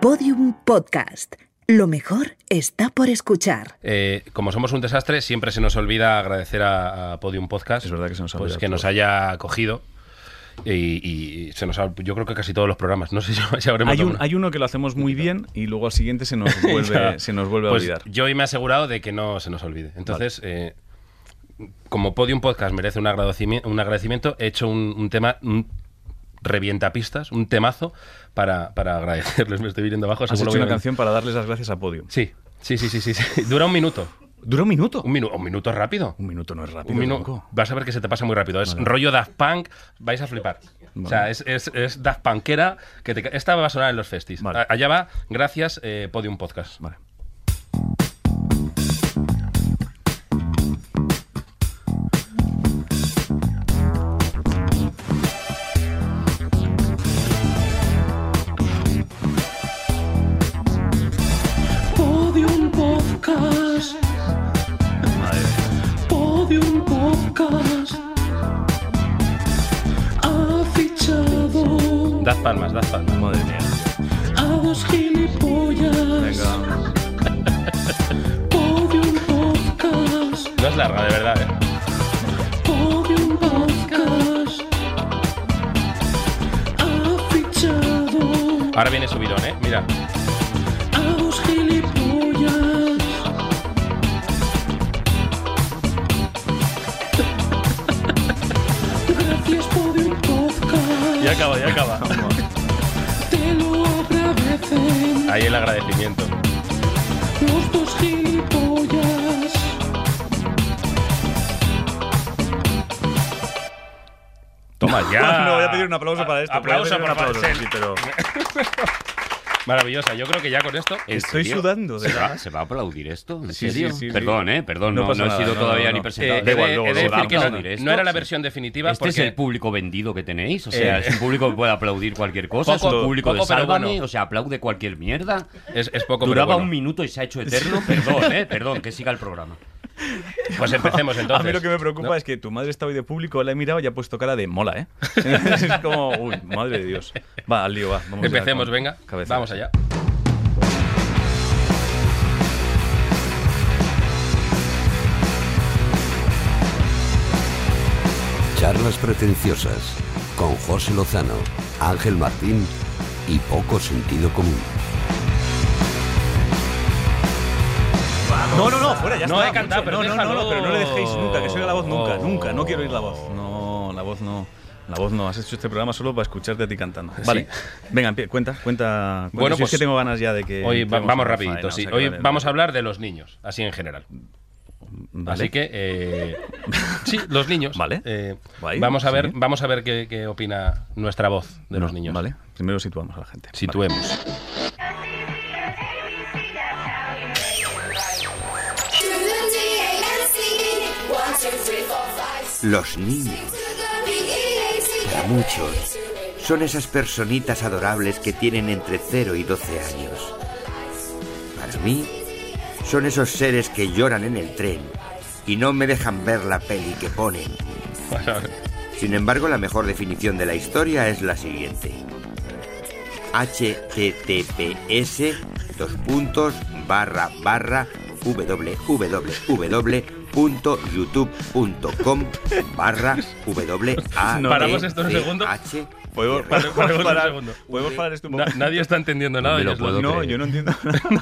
Podium Podcast. Lo mejor está por escuchar. Eh, como somos un desastre, siempre se nos olvida agradecer a, a Podium Podcast. Es verdad que se nos pues olvida que todo. nos haya acogido. Y, y se nos ha- yo creo que casi todos los programas. No sé si, si habremos Hay, un- alguno. hay uno que lo hacemos muy bien y luego al siguiente se nos vuelve, Ya. se nos vuelve a Pues olvidar. Yo hoy me he asegurado de que no se nos olvide. Entonces, eh, como Podium Podcast merece un agradecimiento, un agradecimiento he hecho un, un tema, un revientapistas, un temazo para, para agradecerles. Me estoy viniendo abajo. Has seguro hecho que una no- canción para darles las gracias a Podium. Sí, sí, sí, sí, sí, sí. Dura un minuto. ¿Dura un minuto? Un, minu- un minuto rápido. Un minuto no es rápido. Un minuto. loco. Vas a ver que se te pasa muy rápido. Es rollo Daft Punk, vais a flipar. O sea, es, es, es Daft Punkera que te ca- Esta va a sonar en los festis. Vale. A- Allá va, gracias, eh, Podium Podcast. Vale. Podium Podcast. Podium Podcast. Ha fichado Dad palmas, dad palmas. Madre mía. a dos gilipollas. Podium Podcast. No es larga, de verdad. ¿eh? Podium Podcast. Ha fichado Ahora viene subidón, ¿eh? Mira. a dos gilipollas. Gracias Podium Podcast. Ya acaba, ya acaba. Te lo agradecen Ahí el agradecimiento. los dos gilipollas. Toma ya. No, voy a pedir un aplauso para esto. Aplauso, Voy a pedir un por favor. aplauso, Sí. sí, pero Maravillosa. Yo creo que ya con esto. eh, ¿En Estoy serio? sudando, de ¿Se va, verdad. ¿Se va a aplaudir esto? ¿En Sí, sí, serio? sí, sí. Perdón, ¿eh? Perdón, No no, pasa no he nada, sido no, todavía no, no. ni Eh, he presentado. Da de- igual, he luego, de luego decir va a que no, aplaudir esto. no era la Sí. versión definitiva Este es porque el público vendido que tenéis, o sea, Eh, es un público que puede aplaudir cualquier cosa, es poco, un público de poco, pero sálvame, bueno. o sea, aplaude cualquier mierda. es, es poco Duraba pero bueno. un minuto y se ha hecho eterno, perdón, ¿eh? Perdón, que siga el programa. Pues empecemos entonces. a mí lo que me preocupa ¿No? es que tu madre está hoy de público, la he mirado y ha puesto cara de mola, ¿eh? es como, uy, madre de Dios. Va, al lío, va. Vamos ya Empecemos, con venga. cabeza. Vamos allá. Charlas pretenciosas con José Lozano, Ángel Martín y poco sentido común. No, no, no, fuera, ya No está. he cantado, pero no, no, déjalo. no, no, pero no le dejéis nunca, que soy la voz nunca, Oh. nunca, no quiero oír la voz. No, la voz no. La voz no, has hecho este programa solo para escucharte a ti cantando. Vale, venga, empie- cuenta, cuenta. cuenta. Bueno, Si es pues, que tengo ganas ya de que. Hoy va- entremos vamos en ¿eh? la rapidito, faena, o sí. sea que Hoy vale, vamos a hablar de los niños, así en general. vale. Así que eh, sí, los niños. Vale. Eh, Guay, vamos a ver, sí. vamos a ver qué, qué opina nuestra voz de los No, niños. Vale, primero situamos a la gente. Situemos. Los niños, para muchos, son esas personitas adorables que tienen entre 0 y 12 años. Para mí, son esos seres que lloran en el tren y no me dejan ver la peli que ponen. Sin embargo, la mejor definición de la historia es la siguiente. https dos puntos barra barra www.youtube.com barra No, Paramos esto un segundo. ¿Podemos, Paremos un eh. segundo. ¿Podemos parar esto un Na- momento? nadie está entendiendo nada. me lo ellos puedo no, creer. yo no entiendo.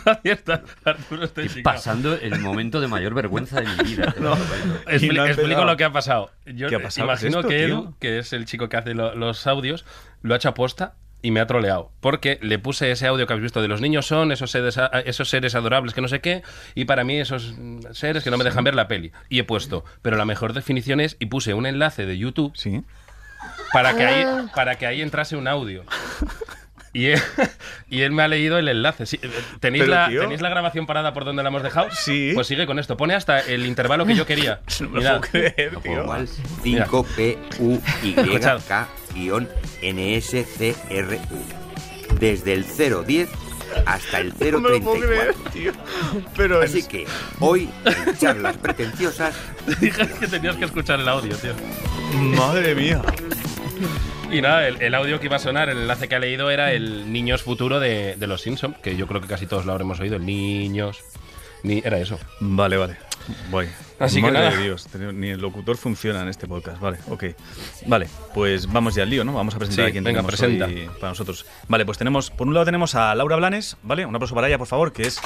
Nadie está. Arturo está chicao. Pasando el momento de mayor vergüenza de mi vida. te lo ¿eh? prometo. Y Expli- no ha explico empezado. lo que ha pasado. Yo ¿Qué ha pasado? imagino ¿Es esto, que tío? Edu, que es el chico que hace lo- los audios, lo ha hecho aposta y me ha troleado. Porque le puse ese audio que habéis visto de los niños son esos seres, a- esos seres adorables que no sé qué, y para mí esos mm, seres que no me dejan ver la peli. Y he puesto, pero la mejor definición es, y puse un enlace de YouTube Sí. para que ahí, para que ahí entrase un audio. Y él, y él me ha leído el enlace. Sí, eh, ¿Tenéis, Pero, la, tío. ¿Tenéis la grabación parada por donde la hemos dejado? Sí. Pues sigue con esto. Pone hasta el intervalo que yo quería. No me lo Mirad. puedo creer, tío. Guau. 5 P U Y Escuchad. K N S C R U. Desde el 010 hasta el No me lo puedo creer, 034. tío. Pero Así que hoy en charlas pretenciosas Dije que tenías que escuchar el audio, tío. Madre mía. Y nada, el, el audio que iba a sonar, el enlace que ha leído era el Niños Futuro de, de los Simpson, que yo creo que casi todos lo habremos oído, el Niños. Ni, era eso. Vale, vale. Voy. Así que Madre nada. de Dios, tenía- ni el locutor funciona en este podcast. Vale, ok. Vale, pues vamos ya al lío, ¿no? Vamos a presentar Sí, a quien venga, tenemos presenta. hoy para nosotros. Vale, pues tenemos, por un lado tenemos a Laura Blanes, ¿vale? Un aplauso para ella, por favor, que es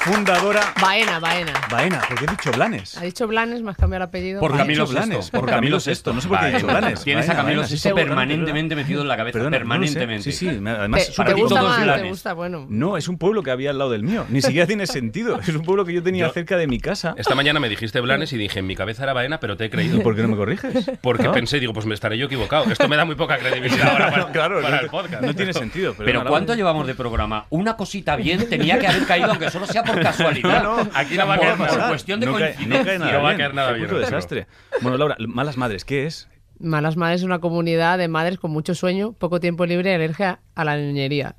fundadora Baena, Baena. Baena. ¿Por qué he dicho Blanes? Ha dicho Blanes, más cambiar apellido. Por Baena. Camilo Blanes, por Camilo VI, no sé por qué he dicho Vaina. Blanes. Tienes Vaina, a Camilo vaina, VI sí, seguro, permanentemente metido en la cabeza. Perdona, no lo sé. permanentemente. Sí, sí, me- además Pues ¿Te, son te ti gusta todos más? ¿Te Blanes. gusta? Bueno. No, es un pueblo que había al lado del mío. Ni siquiera tiene sentido. Es un pueblo que yo tenía Yo- cerca de mi casa. Esta mañana me dijiste Blanes y dije, en mi cabeza era Baena, pero te he creído. ¿Por qué no me corriges? Porque ¿No? pensé, digo, pues me estaré yo equivocado. Esto me da muy poca credibilidad ahora para, para no, el podcast. no tiene sentido. Pero, Pero nada, ¿cuánto vale. llevamos de programa? Una cosita bien tenía que haber caído, aunque solo sea por casualidad. No, no, aquí no va a caer por, nada. por cuestión de no cae, coincidencia. no cae nada No va a bien. caer nada Qué bien, puto no, desastre. Bueno, Laura, malas madres, ¿qué es? Malas Madres es una comunidad de madres con mucho sueño, poco tiempo libre y alergia a la niñería.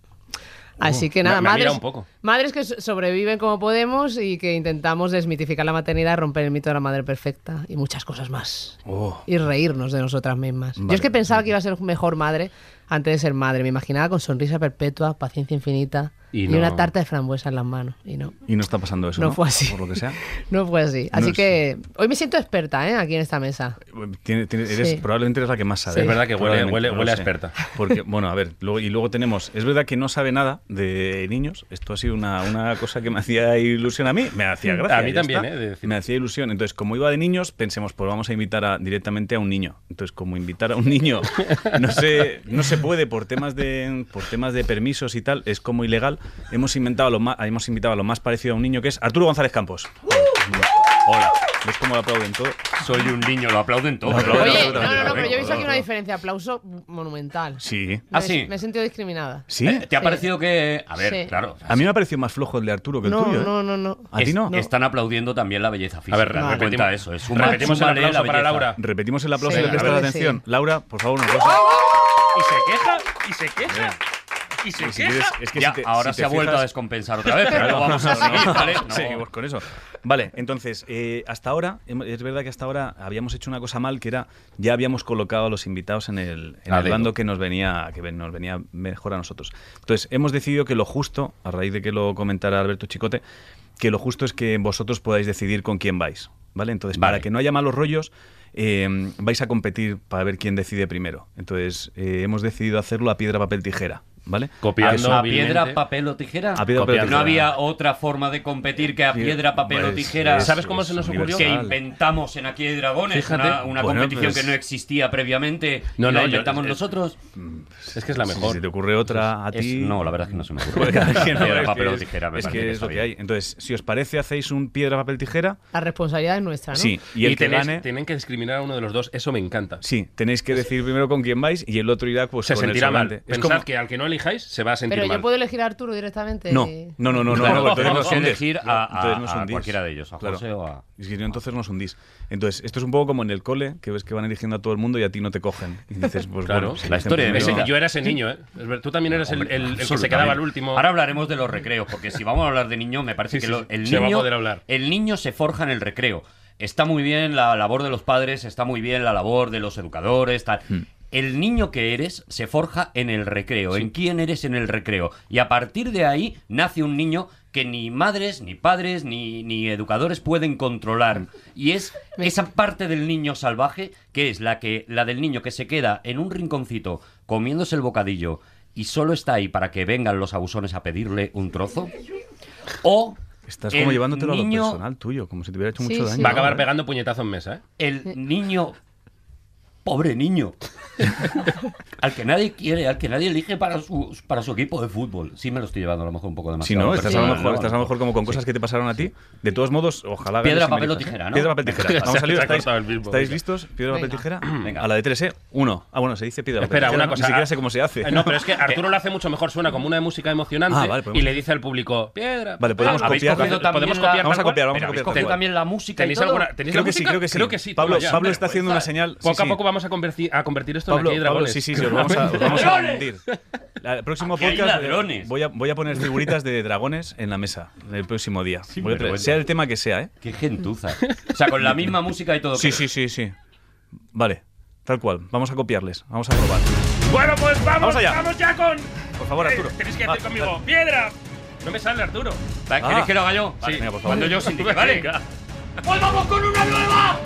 Así que nada, Oh, me- me ha madres, mirado un poco. madres que so- sobreviven como podemos y que intentamos desmitificar la maternidad, romper el mito de la madre perfecta y muchas cosas más. Oh. Y reírnos de nosotras mismas. Yo es que pensaba que iba a ser mejor madre antes de ser madre. Me imaginaba con sonrisa perpetua, paciencia infinita Y y, no. una tarta de frambuesa en las manos. Y no. Y no está pasando eso. No, No fue así. Por lo que sea. No fue así. Así es- que hoy me siento experta ¿eh? aquí en esta mesa. Tiene- tiene- eres, Sí. Probablemente eres la que más sabe. Es verdad que huele- Probablemente, huele- no lo huele a sé. experta. Porque, bueno, a ver, luego- y luego tenemos. Es verdad que no sabe nada de niños. Esto ha sido una, una cosa que me hacía ilusión a mí. Me hacía gracia. A mí ya también, está. ¿eh? De decir- Me hacía ilusión. Entonces, como iba de niños, pensemos, pues vamos a invitar a- directamente a un niño. Entonces, como invitar a un niño no se, no se puede por temas, de, por temas de permisos y tal, es como ilegal, hemos, inventado lo más, hemos invitado a lo más parecido a un niño que es Arturo González Campos. Hola. ¿Ves cómo lo aplauden todo? Soy un niño, lo aplauden todos. Oye, no, Aplauden no, todos. no, pero yo he visto aquí una diferencia. Aplauso monumental. Sí. Me- Ah, sí. Me he sentido discriminada. ¿Sí? Eh, ¿Te ha Sí. parecido que.? A ver, Sí. claro. A mí me ha parecido más flojo el de Arturo que el No, tuyo. ¿eh? no, no, no. ¿A ti Es- no? Están aplaudiendo también la belleza física. A ver, Cuenta repetimos- eso. Es repetimos el aplauso para Laura. Repetimos el aplauso Sí, y le la prestas verdad que atención. Laura, por favor, un aplauso. Y se queja, y se queja, y se Y si quieres- es que Ya, si te- ahora si se te ha vuelto fijas- a descompensar otra vez, pero lo vamos a seguir, ¿vale? No. Seguimos con eso. Vale, entonces, eh, hasta ahora, hem- es verdad que hasta ahora habíamos hecho una cosa mal, que era, ya habíamos colocado a los invitados en el, en A el dedo. bando que nos venía que ven- nos venía mejor a nosotros. Entonces, hemos decidido que lo justo, a raíz de que lo comentara Alberto Chicote, que lo justo es que vosotros podáis decidir con quién vais, ¿vale? Entonces, para Vale. que no haya malos rollos, eh, vais a competir para ver quién decide primero. Entonces, eh, hemos decidido hacerlo a piedra, papel, tijera, ¿vale? ¿A- Copiando ¿A hábilmente. piedra, papel o tijera? A piedra, papel o No tijera. había otra forma de competir que a Sí, piedra, papel o pues, tijera. es- ¿Sabes cómo se nos es ocurrió? que universal. inventamos en Aquí hay Dragones, Fíjate. una, una Bueno, competición pues- que no existía previamente. No, No, no, no, yo- inventamos es- nosotros. Es que es la Sí, mejor. Si te ocurre otra a Es- ti. no, la verdad es que no se me ocurre. Pues cada quien, Piedra, es papel que o es- tijera, me Es parece que que es está lo que bien. hay. Entonces, si os parece, hacéis un piedra, papel, tijera. La responsabilidad es nuestra, ¿no? Sí, y Y, el que tenéis- gane. tienen que discriminar a uno de los dos, eso me encanta. Sí, tenéis que decir primero con quién vais y el otro irá pues se con el sentirá mal. sobrante. Es Pensad como- que al que no elijáis se va a sentir Pero mal. yo puedo elegir a Arturo directamente. No, y- no, no, no, no, Claro, no, entonces tenemos nos que hundes. elegir a- a- Entonces nos a hundís. cualquiera de ellos, a José o a- Es que no, entonces nos hundís. Entonces, esto es un poco como en el cole, que ves que van eligiendo a todo el mundo y a ti no te cogen. Y dices, pues Claro, bueno, si la eligen historia de primero Ese- Venga. a- yo era ese niño, ¿eh? Es ver- Tú también eres el, el- el que se Absolutamente. quedaba al último. Ahora hablaremos de los recreos, porque si vamos a hablar de niños, me parece Sí, que sí, lo- sí. el, Se va a niño, poder hablar. el niño se forja en el recreo. Está muy bien la labor de los padres, está muy bien la labor de los educadores, tal. Hmm. El niño que eres se forja en el recreo, en quién eres en el recreo. Y a partir de ahí nace un niño que ni madres, ni padres, ni, ni educadores pueden Hmm. controlar. Y es esa parte del niño salvaje que es la que la del niño que se queda en un rinconcito comiéndose el bocadillo y solo está ahí para que vengan los abusones a pedirle un trozo. O Estás el como llevándotelo a niño- lo personal tuyo, como si te hubiera hecho Sí, mucho sí. daño. Va a acabar ¿no? pegando puñetazo en mesa, ¿eh? el niño pobre niño al que nadie quiere al que nadie elige para su para su equipo de fútbol sí me lo estoy llevando a lo mejor un poco demasiado Si no, estás a, lo personal, mejor, ¿no? estás a lo mejor como con cosas que te pasaron a ti. De todos modos, ojalá. ganes Piedra, y papel meritas, o tijera, ¿eh? ¿no? Piedra, papel, tijera. Venga. Vamos a lío. Se ha ¿Estáis, cortado el mismo, ¿estáis venga. listos? Piedra, papel, tijera. Venga. A la de tres, ¿eh? Uno. Ah, bueno, se dice piedra, papel, Espera, tijera, una ¿no? cosa. Ni siquiera sé cómo se hace. Eh, No, pero es que Arturo lo hace mucho mejor, suena como una música emocionante Ah, vale, podemos- y le dice al público, piedra. Vale, podemos ¿Habéis copiar- cogido también Podemos la- copiar, Vamos tal a cual? copiar, Pero habéis vamos a Coge cogido copiar. también la música y ¿Tenéis todo? alguna? ¿Tenéis Creo la que sí, música? creo que sí. toma Pablo, ya. Pablo está haciendo una señal. sí, Poco a sí. poco vamos a convertir, a convertir esto Pablo, en aquí hay Pablo, dragones. sí, sí, sí, os vamos a, os vamos a ¡Dragones! hundir. La- El próximo Aquí hay podcast eh, ladrones. voy a, voy a poner figuritas de dragones en la mesa el próximo día. Voy a traer- vergüenza. sea el tema que sea, ¿eh? qué gentuza o sea con la misma música y todo Sí, sí, sí, sí. Vale. Tal cual. Vamos a copiarles. Vamos a probar. Bueno, pues vamos, Vamos allá. vamos ya con. Por favor, Eh, Arturo. tenéis que Ah, decir conmigo. ¡Piedra! No me sale Arturo. Va, ¿Queréis Ah. que lo haga yo? Vale, venga, por favor. Cuando yo os indique, ¿vale? Venga. ¡Pues vamos con una nueva!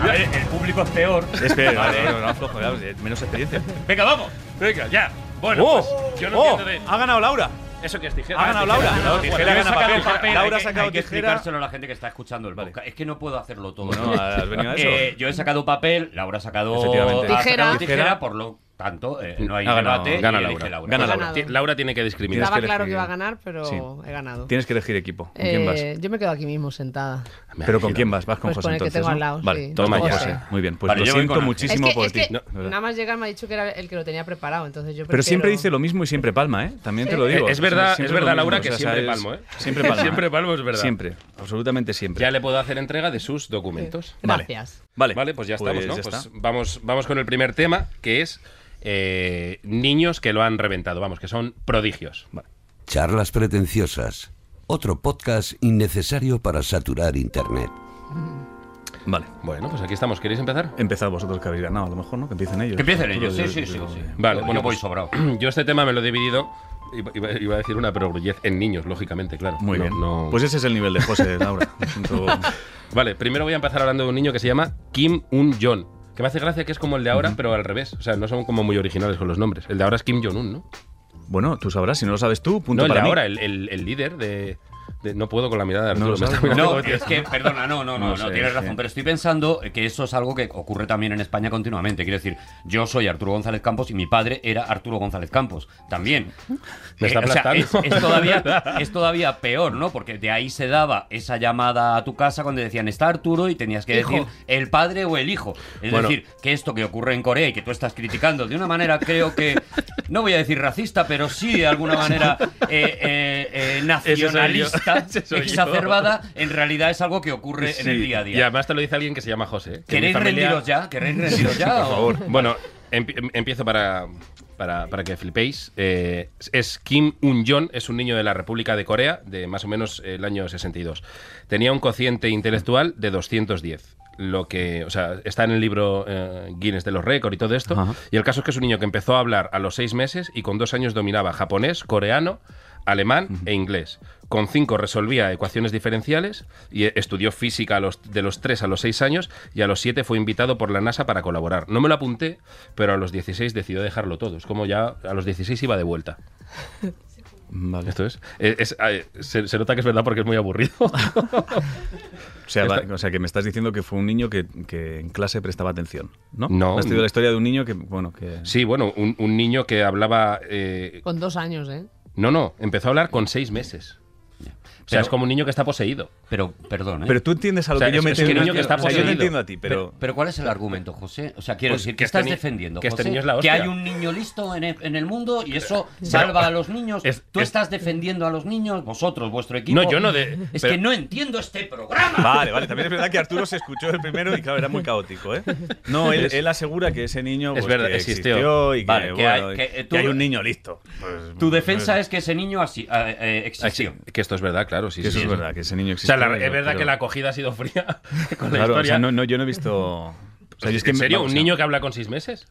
A ver, el público es peor. Es que, vale, no, no, flojo, ya, menos experiencia. Venga, vamos. Venga, ya. Bueno, ¡Oh! pues yo no ¡Oh! entiendo Ha ganado Laura. de. Eso que es tijera. Ha ganado Laura. No, Tijera Yo he gana sacado papel. el papel. Laura ha hay que- sacado Hay que tijera. explicárselo a la gente que está escuchando el podcast. Es que no puedo hacerlo todo. Bueno, has venido a eso. Eh, yo he sacado papel, Laura ha sacado Efectivamente. ha Tijera. sacado tijera, por lo tanto, eh, no hay Ha ganado, debate. Gana y Laura. elige Laura. Gana Ha Laura. ganado. Ti- Laura tiene que discriminar. Estaba que claro elegir. que iba a ganar, pero Sí. he ganado. Tienes que elegir equipo. ¿Con quién vas? Eh, Yo me quedo aquí mismo sentada. ¿Pero con quién vas? Vas con Pues José con el que entonces, tengo ¿no? al lado, Vale, sí. Toma con ya. José. Muy bien, pues Vale, lo yo voy siento con Ángel. Es muchísimo que, por es ti. que No, de verdad. nada más llegar me ha dicho que era el que lo tenía preparado, entonces yo Pero siempre prefiero- dice lo mismo y siempre palma, ¿eh? También te lo Eh, digo. es verdad- Siempre es verdad, lo mismo, Laura, que sabes- siempre palmo, ¿eh? Siempre palma. Siempre palmo, es verdad. Siempre, absolutamente siempre. Ya le puedo hacer entrega de sus documentos. Vale. Gracias. Vale. Vale, pues ya estamos, ¿no? ya Pues está. vamos, vamos con el primer tema, que es eh, niños que lo han reventado, vamos, que son prodigios. Charlas pretenciosas. Otro podcast innecesario para saturar Internet. Vale. Bueno, pues aquí estamos. ¿Queréis empezar? Empezad vosotros que habéis ganado, a lo mejor, ¿no? Que empiecen ellos. Que empiecen Arturo, ellos, sí, yo- sí, sí. yo- sí. Vale, yo, bueno, yo voy pues- sobrado. Yo este tema me lo he dividido, iba, iba- iba a decir una perogrullez en niños, lógicamente, claro. Muy No- bien. no- Pues ese es el nivel de José, Laura. Lo siento. Vale, primero voy a empezar hablando de un niño que se llama Kim Un-jon. Que me hace gracia que es como el de ahora, pero al revés. O sea, no son como muy originales con los nombres. El de ahora es Kim Jong-un, ¿no? Bueno, tú sabrás, si no lo sabes tú, punto no, el de para mí. ahora, el, el- el líder de, de- No puedo con la mirada de No lo Arturo. me está sabes, mirando No, como tío. es que, perdona, no, no, no, No no, sé, tienes razón, sí. pero estoy pensando que eso es algo que ocurre también en España continuamente. Quiero decir, yo soy Arturo González Campos y mi padre era Arturo González Campos también. Eh, Me está o sea, es, aplastando. es todavía, es todavía peor, ¿no? Porque de ahí se daba esa llamada a tu casa cuando decían está Arturo y tenías que Hijo. decir el padre o el hijo. Es Bueno. decir, que esto que ocurre en Corea y que tú estás criticando de una manera, creo que, no voy a decir racista, pero sí de alguna manera eh, eh, eh, Ese soy yo. nacionalista, Ese soy yo. exacerbada, en realidad es algo que ocurre en el Sí, día a día. Y además te lo dice alguien que se llama José. ¿eh? Que mi ¿Queréis familia- rendiros ya? ¿Queréis rendiros ya? o- Bueno, empi- em- empiezo para, para, para que flipéis. Eh, es Kim Un-jong, es un niño de la República de Corea de más o menos el año 62. Tenía un cociente intelectual de 210. Lo que, o sea, está en el libro eh, Guinness de los récords y todo esto. Ajá. Y el caso es que es un niño que empezó a hablar a los seis meses y con dos años dominaba japonés, coreano, alemán e inglés. Con cinco resolvía ecuaciones diferenciales y eh, estudió física a los, de los tres a los seis años y a los siete fue invitado por la NASA para colaborar. No me lo apunté, pero a los 16 decidió dejarlo todo. Es como ya a los 16 iba de vuelta. Vale. Esto es. eh, es, eh, se, se nota que es verdad porque es muy aburrido. O sea, va- Esta- o sea, que me estás diciendo que fue un niño que, que en clase prestaba atención, ¿no? No. Me has traído la historia de un niño que, bueno, que... sí, bueno, un, un niño que hablaba. eh, Con dos años, ¿eh? no, no, empezó a hablar con seis meses. O sea, Pero- es como un niño que está poseído. Pero, perdón, ¿eh? Pero tú entiendes a lo O sea, que yo es- me es que entiendo. niño que está O sea, yo te poseído. entiendo a ti, Pero, pero... pero ¿cuál es el argumento, José? O sea, quiero Pues decir, que que este estás ni- defendiendo, que este José, niño es la que hostia. hay un niño listo en el, en el mundo y eso salva a los niños. Es- Tú es- estás defendiendo a los niños, vosotros, vuestro equipo. No, yo no de- Es pero- que no entiendo este programa. Vale, vale. También es verdad que Arturo se escuchó el primero y, claro, era muy caótico, ¿eh? No, él, él asegura que ese niño Es pues, verdad, que existió. y que, Vale, que bueno, hay- y- que, eh, que tú- hay un niño listo. Pues, Tu defensa es que ese niño así, eh, eh, Ah, existió. Que esto es verdad, claro, sí, Que eso sí, es sí. verdad, que ese niño O existe. sea, la- es verdad pero- que la acogida ha sido fría con la Claro, o historia. sea, no, no, yo no he visto... O sea, yo es que ¿En me- serio? vamos, o ¿Un sea, niño que habla con seis meses?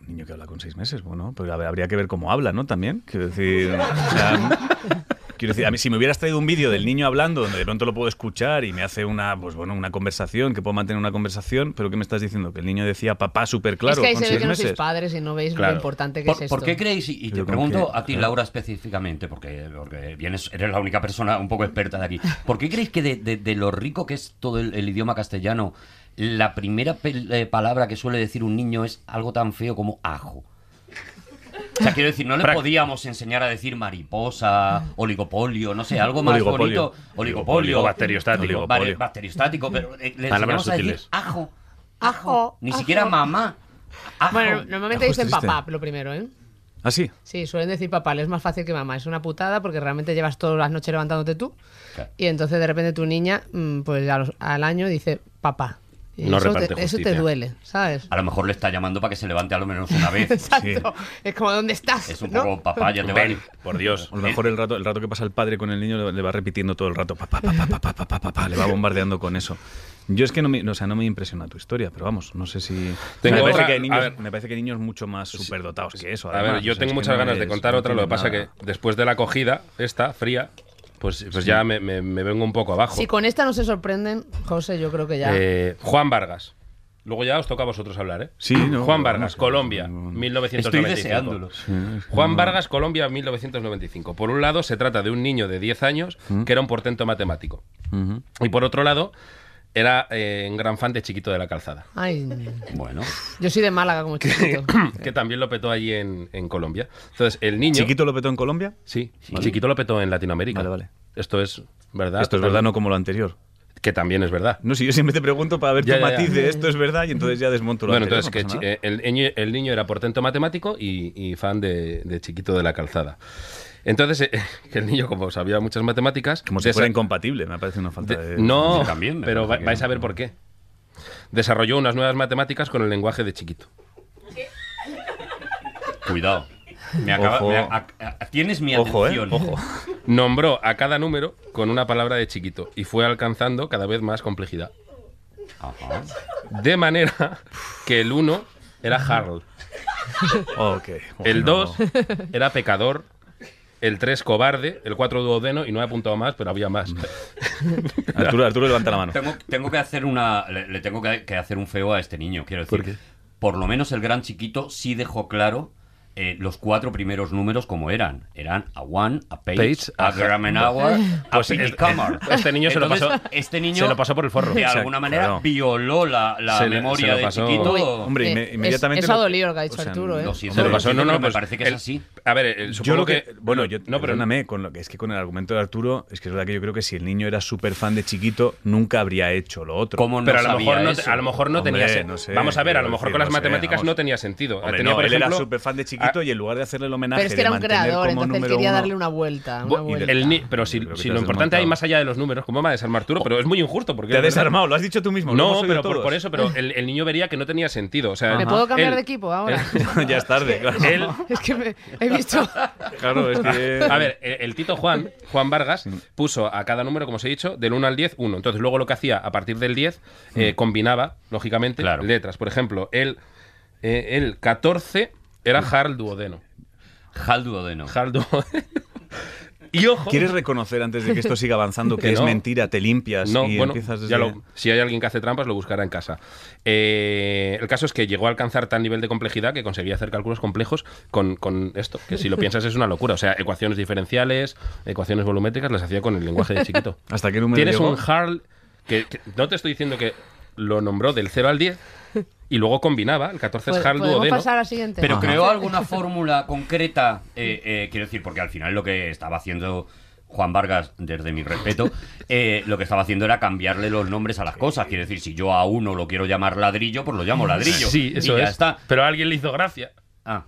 Un niño que habla con seis meses, bueno, pero a ver, habría que ver cómo habla, ¿no? También, quiero decir... o sea, quiero decir, a mí si me hubieras traído un vídeo del niño hablando, donde de pronto lo puedo escuchar y me hace una, pues bueno, una conversación, que puedo mantener una conversación, pero ¿qué me estás diciendo? Que el niño decía papá súper claro es que ahí con se ve seis que no sois meses. padres y no veis Claro. lo importante que ¿Por, es esto. por qué creéis? Y, y te Pero con pregunto que- a ti, claro. Laura, específicamente, porque, porque vienes, eres la única persona un poco experta de aquí. ¿Por qué creéis que de, de- de lo rico que es todo el, el idioma castellano, la primera pel- eh, palabra que suele decir un niño es algo tan feo como ajo? O sea, quiero decir, no le Práctico. podíamos enseñar a decir mariposa, oligopolio, no sé, algo más Oligopolio. bonito. Oligopolio. O bacteriostático. Vale, Oligopolio. bacteriostático, pero eh, le Palabras enseñamos a decir sutiles. ajo. Ajo. Ni ajo. siquiera mamá. Ajo. Bueno, normalmente Ajo es dicen triste. papá lo primero, ¿eh? ¿Ah, sí? Sí, suelen decir papá, le es más fácil que mamá. Es una putada porque realmente llevas todas las noches levantándote tú. Y entonces de repente tu niña, mm, pues a los- al año dice papá. Y No eso, reparte te, eso te justicia. duele, ¿sabes? A lo mejor le está llamando para que se levante a lo menos una vez. Exacto. Es como, ¿dónde estás? Es un ¿no? poco papá, ya te vale. Ven, por Dios. A lo mejor el rato, el rato que pasa el padre con el niño le- le va repitiendo todo el rato, pa, pa, pa, pa, pa, pa, pa, pa, pa, pa, le va bombardeando con eso. Yo es que no me, o sea, no me impresiona tu historia, pero vamos, no sé si... Tengo me, parece otra- que hay niños, a ver. me parece que hay niños mucho más superdotados que eso. A además. ver, yo O sea, tengo es que muchas no ganas de es- contar no otra, lo que tiene pasa nada. que después de la acogida, esta, fría, pues, pues ya me, me- me vengo un poco abajo. Si con esta no se sorprenden, José, yo creo que ya. Eh, Juan Vargas. Luego ya os toca a vosotros hablar, ¿eh? Sí, no, vamos, Juan Vargas, que- Colombia, Estoy 1995. deseándolo. Juan Vargas, Colombia, 1995. Por un lado, se trata de un niño de 10 años que era un portento matemático. Mm. Ujú. Y por otro lado, era eh, un gran fan de Chiquito de la Calzada, Ay, Bueno, yo soy de Málaga como chiquito. que también lo petó allí en, en Colombia. Entonces, el niño... ¿Chiquito lo petó en Colombia? Sí, Chiquito lo petó en Latinoamérica. Vale, vale. Esto es verdad. Esto es verdad, no como lo anterior. Que también es verdad. No, si yo siempre te pregunto para ver Ya, tu ya, ya. matiz de esto es verdad y entonces ya desmonto lo Bueno, anterior, entonces no que pasa chi- nada. eh, el, niño, el niño era portento matemático y, y fan de, de Chiquito de la Calzada. Entonces, eh, que el niño, como sabía muchas matemáticas... Como si eh, desa- fuera incompatible, me parece una falta de- de... no, Sí, también, me pero parece va- que vais no. a ver por qué. Desarrolló unas nuevas matemáticas con el lenguaje de Chiquito. cuidado. Me acaba- Ojo. me a- a- a- tienes mi Ojo, eh, atención. ojo. Nombró a cada número con una palabra de Chiquito y fue alcanzando cada vez más complejidad. Ajá. De manera que el 1 era Harold. Ok, El bueno. 2 era pecador. El 3 cobarde. El 4 duodeno. Y no he apuntado más, pero había más. Pues Arturo, Arturo, levanta la mano. Tengo, tengo que hacer una. Le, le tengo que, que hacer un feo a este niño, quiero decir. ¿Por qué? Por lo menos el gran chiquito sí dejó claro eh, los cuatro primeros números como eran. Eran a one, a page, Page, a a- Gramenauer, a Pues, Pity eh, Kammer. este niño se lo Entonces, pasó- Este niño se lo pasó por el forro. De Exacto, alguna manera claro. violó la, la Se le- se memoria lo de pasó- chiquito. Uy, Hombre, inme- Eh, inmediatamente... es- eso ha lo- dolido lo que ha dicho o sea, Arturo, ¿eh? lo siento, Se lo pasó, entiendo, no, no, pero me pues, parece que es el- así. A ver, el- Yo supongo lo que, que, bueno, yo, no, pero perdóname, con lo que, es que con el argumento de Arturo, es que es verdad que yo creo que si el niño era súper fan de chiquito, nunca habría hecho lo otro. ¿Cómo no Pero a lo, sabía mejor no, eso? a lo mejor no Hombre, tenía sen- no sé, Vamos a ver, a lo quiero mejor decir, con las no sé, matemáticas vamos. no tenía sentido. Hombre, Tenía, no, por él era ejemplo, súper fan de chiquito ah, y en lugar de hacerle el homenaje Pero es que de era un mantener creador, como entonces él número quería uno- darle una vuelta. bo- Una vuelta. el ni- pero si, Yo creo que si te lo has importante hay desmontado. más allá de los números, como va a desarmar Arturo, pero es muy injusto porque Te ha es verdad. desarmado, lo has dicho tú mismo. lo hemos No, oído pero por, todos. por eso, pero el, el niño vería que no tenía sentido. O sea, ¿Me puedo cambiar él- de equipo ahora? ya es tarde, claro. él, es que me, he visto. Pues Claro, es que. A ver, el, el Tito Juan, Juan Vargas, puso a cada número, como os he dicho, del 1 al 10, 1. Entonces, luego lo que hacía a partir del 10, Mm. eh, combinaba, lógicamente, Claro. letras. Por ejemplo, el, eh, el 14 era Harl Duodeno. Hal Duodeno. Harl Duodeno. y ojo. ¿Quieres reconocer antes de que esto siga avanzando que, Que es no. mentira, te limpias No, y bueno, empiezas desde. ya lo- si hay alguien que hace trampas, lo buscará en casa. Eh, el caso es que llegó a alcanzar tal nivel de complejidad que conseguía hacer cálculos complejos con, con esto, que si lo piensas es una locura. O sea, ecuaciones diferenciales, ecuaciones volumétricas, las hacía con el lenguaje de chiquito. ¿Hasta qué número Tienes llegó? un Harl que, que- no te estoy diciendo que lo nombró del 0 al 10 y luego combinaba, el 14 es Harl Pues, ¿Podemos duodeno. pasar al siguiente? Ah. Pero creó alguna fórmula concreta, eh, eh, quiero decir, porque al final lo que estaba haciendo Juan Vargas, desde mi respeto, eh, lo que estaba haciendo era cambiarle los nombres a las cosas. Quiero decir, si yo a uno lo quiero llamar ladrillo, pues lo llamo ladrillo. Sí, eso y ya es. está. Pero a alguien le hizo gracia. Ah.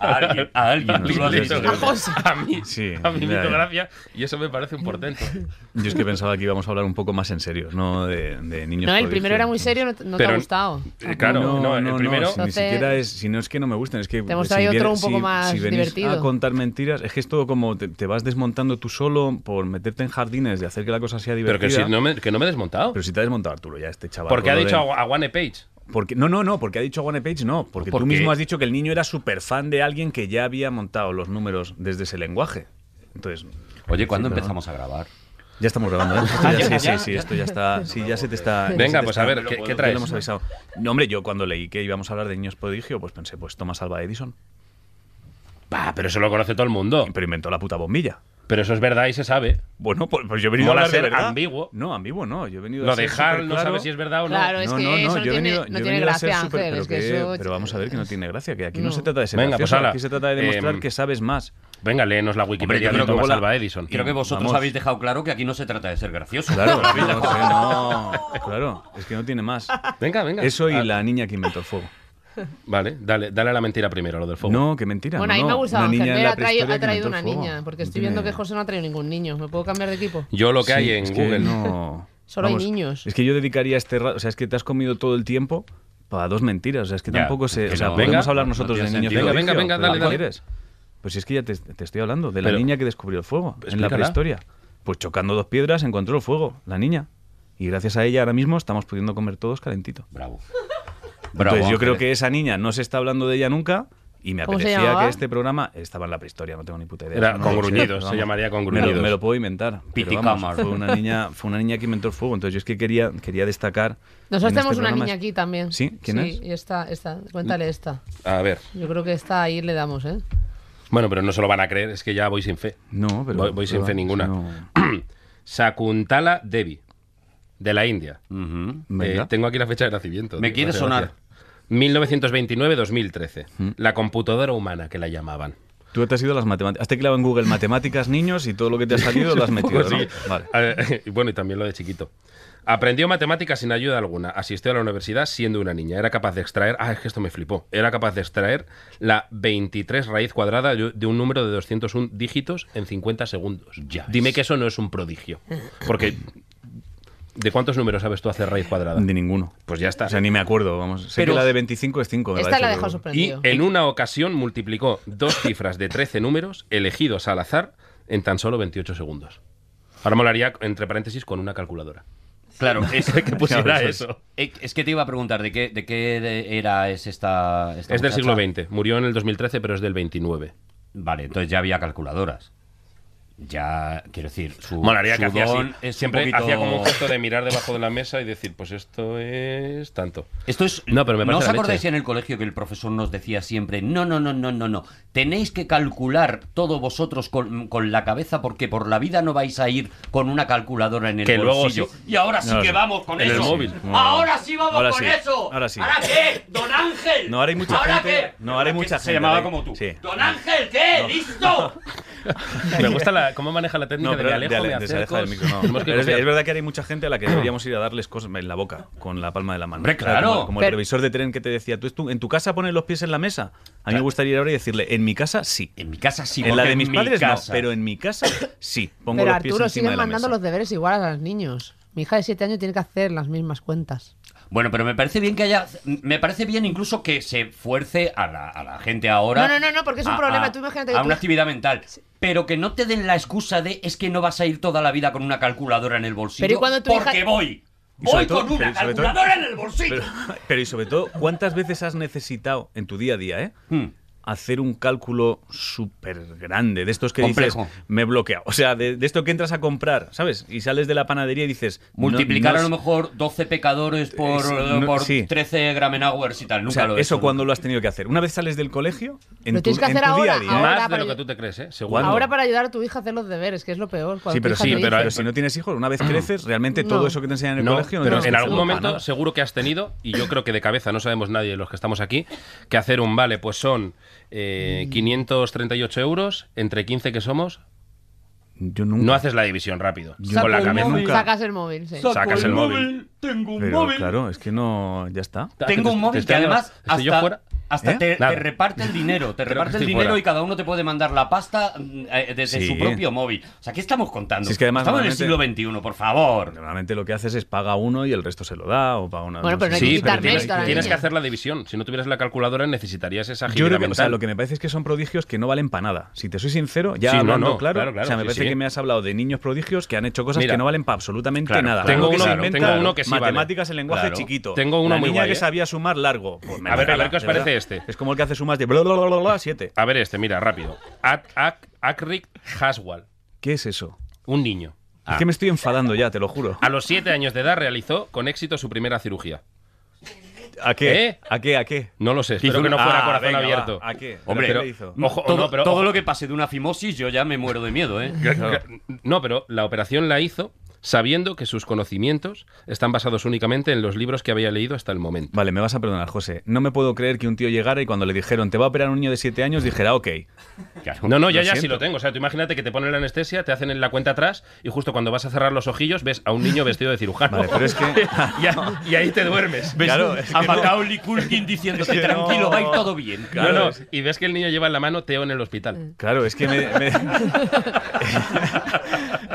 A alguien, a alguien, tú lo has Le dicho. hizo gracia. A mí, Sí, a mí ya, me hizo ya. gracia y eso me parece un portento. Yo es que pensaba que íbamos a hablar un poco más en serio, no de, de niños. no, el prodigio. primero era muy serio, no, te- no te Pero- ha gustado. Eh, Claro, no, el primero. si ni Entonces- siquiera es, si no es que no me gustan, es que Te hemos si traído viene- otro un poco si- más si venís divertido. a contar mentiras, es que es todo como te, te vas desmontando tú solo por meterte en jardines de hacer que la cosa sea Pero divertida. que, si no me, que no me he desmontado. Pero si te ha desmontado Arturo ya este chaval. Porque con ha lo dicho de- a, a One Page. porque no, no, no, porque ha dicho One Page no, porque ¿Por tú qué? mismo has dicho que el niño era súper fan de alguien que ya había montado los números desde ese lenguaje. Entonces, Oye, ¿cuándo Sí, perdón. empezamos a grabar? Ya estamos grabando, ¿eh? Esto ya- sí, sí, sí, esto ya está. Sí, ya se te está. Venga, se te pues está- a ver, ya ¿qué- lo- qué ya traes? lo hemos avisado. No, hombre, yo cuando leí que íbamos a hablar de niños prodigio, pues pensé, pues Thomas Alva Edison. Bah, pero eso lo conoce todo el mundo. Pero inventó la puta bombilla. Pero eso es verdad y se sabe. Bueno, pues, pues yo he venido Mola a hablar de ser verdad. ambiguo. No, ambiguo no. Yo he venido a Lo ser de Harl no superclaro. sabes si es verdad o no. Claro, es No, que no, eso no no, yo he tiene- venido, no yo he tiene venido a ser gracia, super- Ángel, pero, es que que- eso- pero vamos a ver que no tiene gracia, que aquí no, No. se trata de ser Mm. Venga, gracioso, pues, ala. aquí se trata de demostrar Em, que sabes más. Venga, léenos la Wikipedia creo de que Thomas luego la- Alva Edison. Creo que vosotros Vamos. habéis dejado claro que aquí no se trata de ser gracioso. Claro, no, sé, pues. no, claro, es que no tiene más. Venga, venga. Eso y Ah, la niña que inventó el fuego. Vale, dale, dale a la mentira primero, lo del fuego. No, qué mentira. Bueno, a no, mí me ha no. gustado, Una niña Ángel. en Mira, la ha traído, prehistoria ha que traído inventó una el fuego. niña, porque No estoy viendo tiene- que José no ha traído ningún niño. ¿Me puedo cambiar de equipo? Yo lo que Sí, hay en es que Google. no- Solo hay Vamos, niños. Es que yo dedicaría este rato. O sea, es que te has comido todo el tiempo para dos mentiras. O sea, es que Ya, tampoco se. que o sea, no. podemos Venga, hablar no nosotros tiene de niños. sentido. de Venga, colegio, venga, pero dale, ¿cuál dale. eres? Pues si es que ya te, te estoy hablando de Pero- la niña que descubrió el fuego en la Explícala. prehistoria. Pues chocando dos piedras encontró el fuego, la niña. Y gracias a ella ahora mismo estamos pudiendo comer todos calentito. Bravo. Bravo. Entonces yo creo Ángeles. que esa niña no se está hablando de ella nunca y me ¿Cómo se apetecía llamaba? que este programa estaba en la prehistoria, no tengo ni puta idea. Era No lo con sé, gruñidos, pero se vamos, llamaría con me lo- Me gruñidos. lo, puedo inventar. pero Pity vamos, Camar. fue una niña, fue una niña que inventó el fuego, entonces yo es que quería quería destacar Nosotros en este tenemos una programa niña es- aquí también. ¿Sí? ¿Quién sí, y esta, esta. Cuéntale esta. A ver. Yo creo que esta ahí le damos, ¿eh? Bueno, pero no se lo van a creer, es que ya voy sin fe. es? No, pero voy, voy sin pero fe vamos, ninguna. Eh, no. Sakuntala Devi, de la India. Ujú. Venga. Eh, tengo aquí la fecha de nacimiento. Me tío, quiere hace sonar. gracia. 1929-2013. Mm. La computadora humana que la llamaban. Tú te has ido a las matemáticas. Has teclado en Google matemáticas niños y todo lo que te ha salido lo has metido, Pues ¿no? sí. Vale. Eh, y bueno, y también lo de chiquito. Aprendió matemáticas sin ayuda alguna. Asistió a la universidad siendo una niña. Era capaz de extraer. Ah, es que esto me flipó. Era capaz de extraer la 23 raíz cuadrada de de un número de 201 dígitos en 50 segundos. Ya Dime ves. que eso no es un prodigio. Porque. ¿De cuántos números sabes tú hacer raíz cuadrada? De ninguno. Pues ya está. O sea, ni me acuerdo, vamos. Sé Pero- que la de 25 es 5, Esta la ha dejado Y sorprendido. en una ocasión multiplicó dos cifras de 13 números elegidos al azar en tan solo 28 segundos. Ahora molaría, entre paréntesis, con una calculadora. Claro, es que pusiera eso. Eh, Es que te iba a preguntar de qué, de qué de- era es esta, esta Es del muchacha? siglo XX. Murió en el 2013, pero es del 29. Vale, entonces ya había calculadoras. Ya, quiero decir, su, Molaría su que hacía así. don es un Siempre poquito- hacía como un gesto de mirar debajo de la mesa y decir, pues esto es tanto. Esto es. No, pero me parece os la acordáis leche. en el colegio que el profesor nos decía siempre: no, no, no, no, no, no. Tenéis que calcular todo vosotros con, con la cabeza porque por la vida no vais a ir con una calculadora en el Que luego bolsillo. sí. Y ahora sí No, que sí. vamos con En el eso. móvil. Ahora sí vamos Ahora con sí. eso. Ahora sí. qué? Don Ángel. No, ahora hay mucha ¿Ahora gente- qué? no, ahora hay mucha Se gente, llamaba ahora hay- como tú. sí. Don Ángel, ¿qué? ¡Listo! Me gusta la- cómo maneja la técnica No, de pero me alejo, de ale- me de se acerco. aleja del micro, no. Tenemos que Pero es, copiar. es verdad que hay mucha gente a la que deberíamos ir a darles cosas en la boca, con la palma de la mano. Hombre, O sea, claro. Como, como el Pero- revisor de tren que te decía, ¿Tú, tú en tu casa pones los pies en la mesa. A mí me gustaría ir ahora y decirle, en mi casa sí. En mi casa sí. en la porque de mis mi padres casa- no, pero en mi casa sí. Pongo Pero los pies Arturo encima sigue de la mandando mesa. los deberes igual a los niños. Mi hija de 7 años tiene que hacer las mismas cuentas. Bueno, pero me parece bien que haya. Me parece bien incluso que se fuerce a la, a la gente ahora. No, no, no, no, porque es un problema. Tú imagínate que A tú- una actividad mental. Pero que no te den la excusa de es que no vas a ir toda la vida con una calculadora en el bolsillo. Pero ¿y cuando tu hija- Porque voy. Y sobre Voy todo- con una pero sobre todo- calculadora en el bolsillo. Pero, pero y sobre todo, ¿cuántas veces has necesitado en tu día a día, eh? Hmm. hacer un cálculo súper grande, de estos que Complejo. dices, me bloquea. O sea, de, de esto que entras a comprar, ¿sabes? Y sales de la panadería y dices... no- Multiplicar no a lo es- mejor 12 pecadores por, eh, Es- no- por sí. 13 Gramenauers y tal. Nunca o sea, lo he eso hecho, cuando nunca. lo has tenido que hacer. Una vez sales del colegio, en Lo tu, tienes que en hacer tu ahora, día a día. ahora. Más de para lo que yo- tú te crees, ¿eh? Seguro. ¿Cuándo? Ahora para ayudar a tu hija a hacer los deberes, que es lo peor. cuando Sí, tu pero hija sí, te dice- pero- si no tienes hijos, una vez creces, realmente No. todo eso que te enseñan en el No, colegio... no pero tienes que en algún hacerlo para momento nada. seguro que has tenido, y yo creo que de cabeza no sabemos nadie de los que estamos aquí, que hacer un vale, pues son Mm. eh, 538 euros, entre 15 que somos, Yo nunca... no haces la división rápido, Mm. Yo con la saco el cabeza. móvil. Sacas el móvil, sí. sacas el móvil. Tengo un Pero claro, es que no... Ya está. Tengo un móvil que además hasta, Estoy yo fuera. hasta ¿Eh? te, te Nada. reparte el dinero, te Creo que reparte el estoy dinero fuera. y cada uno te puede mandar la pasta mm, eh, desde Sí. su propio móvil. O sea, ¿qué estamos contando? Si es que además estamos en el siglo normalmente- XXI, por favor. Normalmente lo que haces es paga uno y el resto se lo da o paga una... Bueno, pero no hay que Sí, pero quitarme tienes, esto a la tienes que niña. hacer la división. Si no tuvieras la calculadora, necesitarías esa Yo agilidad creo que, o sea, mental. lo que me parece es que son prodigios que no valen para nada. Si te soy sincero, ya Sí, no, hablando no, claro, claro, claro, o sea, me sí, parece sí. que me has hablado de niños prodigios que han hecho cosas Mira. que no valen para absolutamente Claro, nada. tengo Algo que uno- se tengo inventa, uno que sí vale. matemáticas, el lenguaje Claro. chiquito. Tengo uno La muy niña guay, que ¿eh? sabía sumar largo. Pues me A ver, la a pela, ver qué os de parece verdad. este. Es como el que hace sumas de bla bla bla bla, bla 7. A ver este, mira, rápido. Ak- Ak- Akrik Haswell, ¿Qué es eso? un niño. Ah. Es que me estoy enfadando ya, te lo juro. A los 7 años de edad realizó con éxito su primera cirugía. ¿A qué? ¿Eh? ¿A qué? ¿A qué? No lo sé, ¿Qué espero hizo? que no fuera Ah, corazón venga, abierto. va, ¿A qué? Hombre, ¿Qué pero- le hizo? Ojo, todo, no, pero todo ojo. lo que pase de una fimosis yo ya me muero de miedo, ¿eh? No, pero la operación la hizo sabiendo que sus conocimientos están basados únicamente en los libros que había leído hasta el momento. Vale, me vas a perdonar, José. No me puedo creer que un tío llegara y cuando le dijeron te va a operar un niño de 7 años, dijera, ok. No, no, ya, Lo ya, sí siento. lo tengo. O sea, tú imagínate que te ponen la anestesia, te hacen en la cuenta atrás y justo cuando vas a cerrar los ojillos ves a un niño vestido de cirujano. Vale, pero es que- y, a- y ahí te duermes. ¿Ves? Claro, es que a no. Macaulay Culkin diciéndote Es que no. tranquilo, va a ir todo bien. No, no, y ves que Mm. el niño lleva en la mano teo en el hospital. Claro, es que me. me-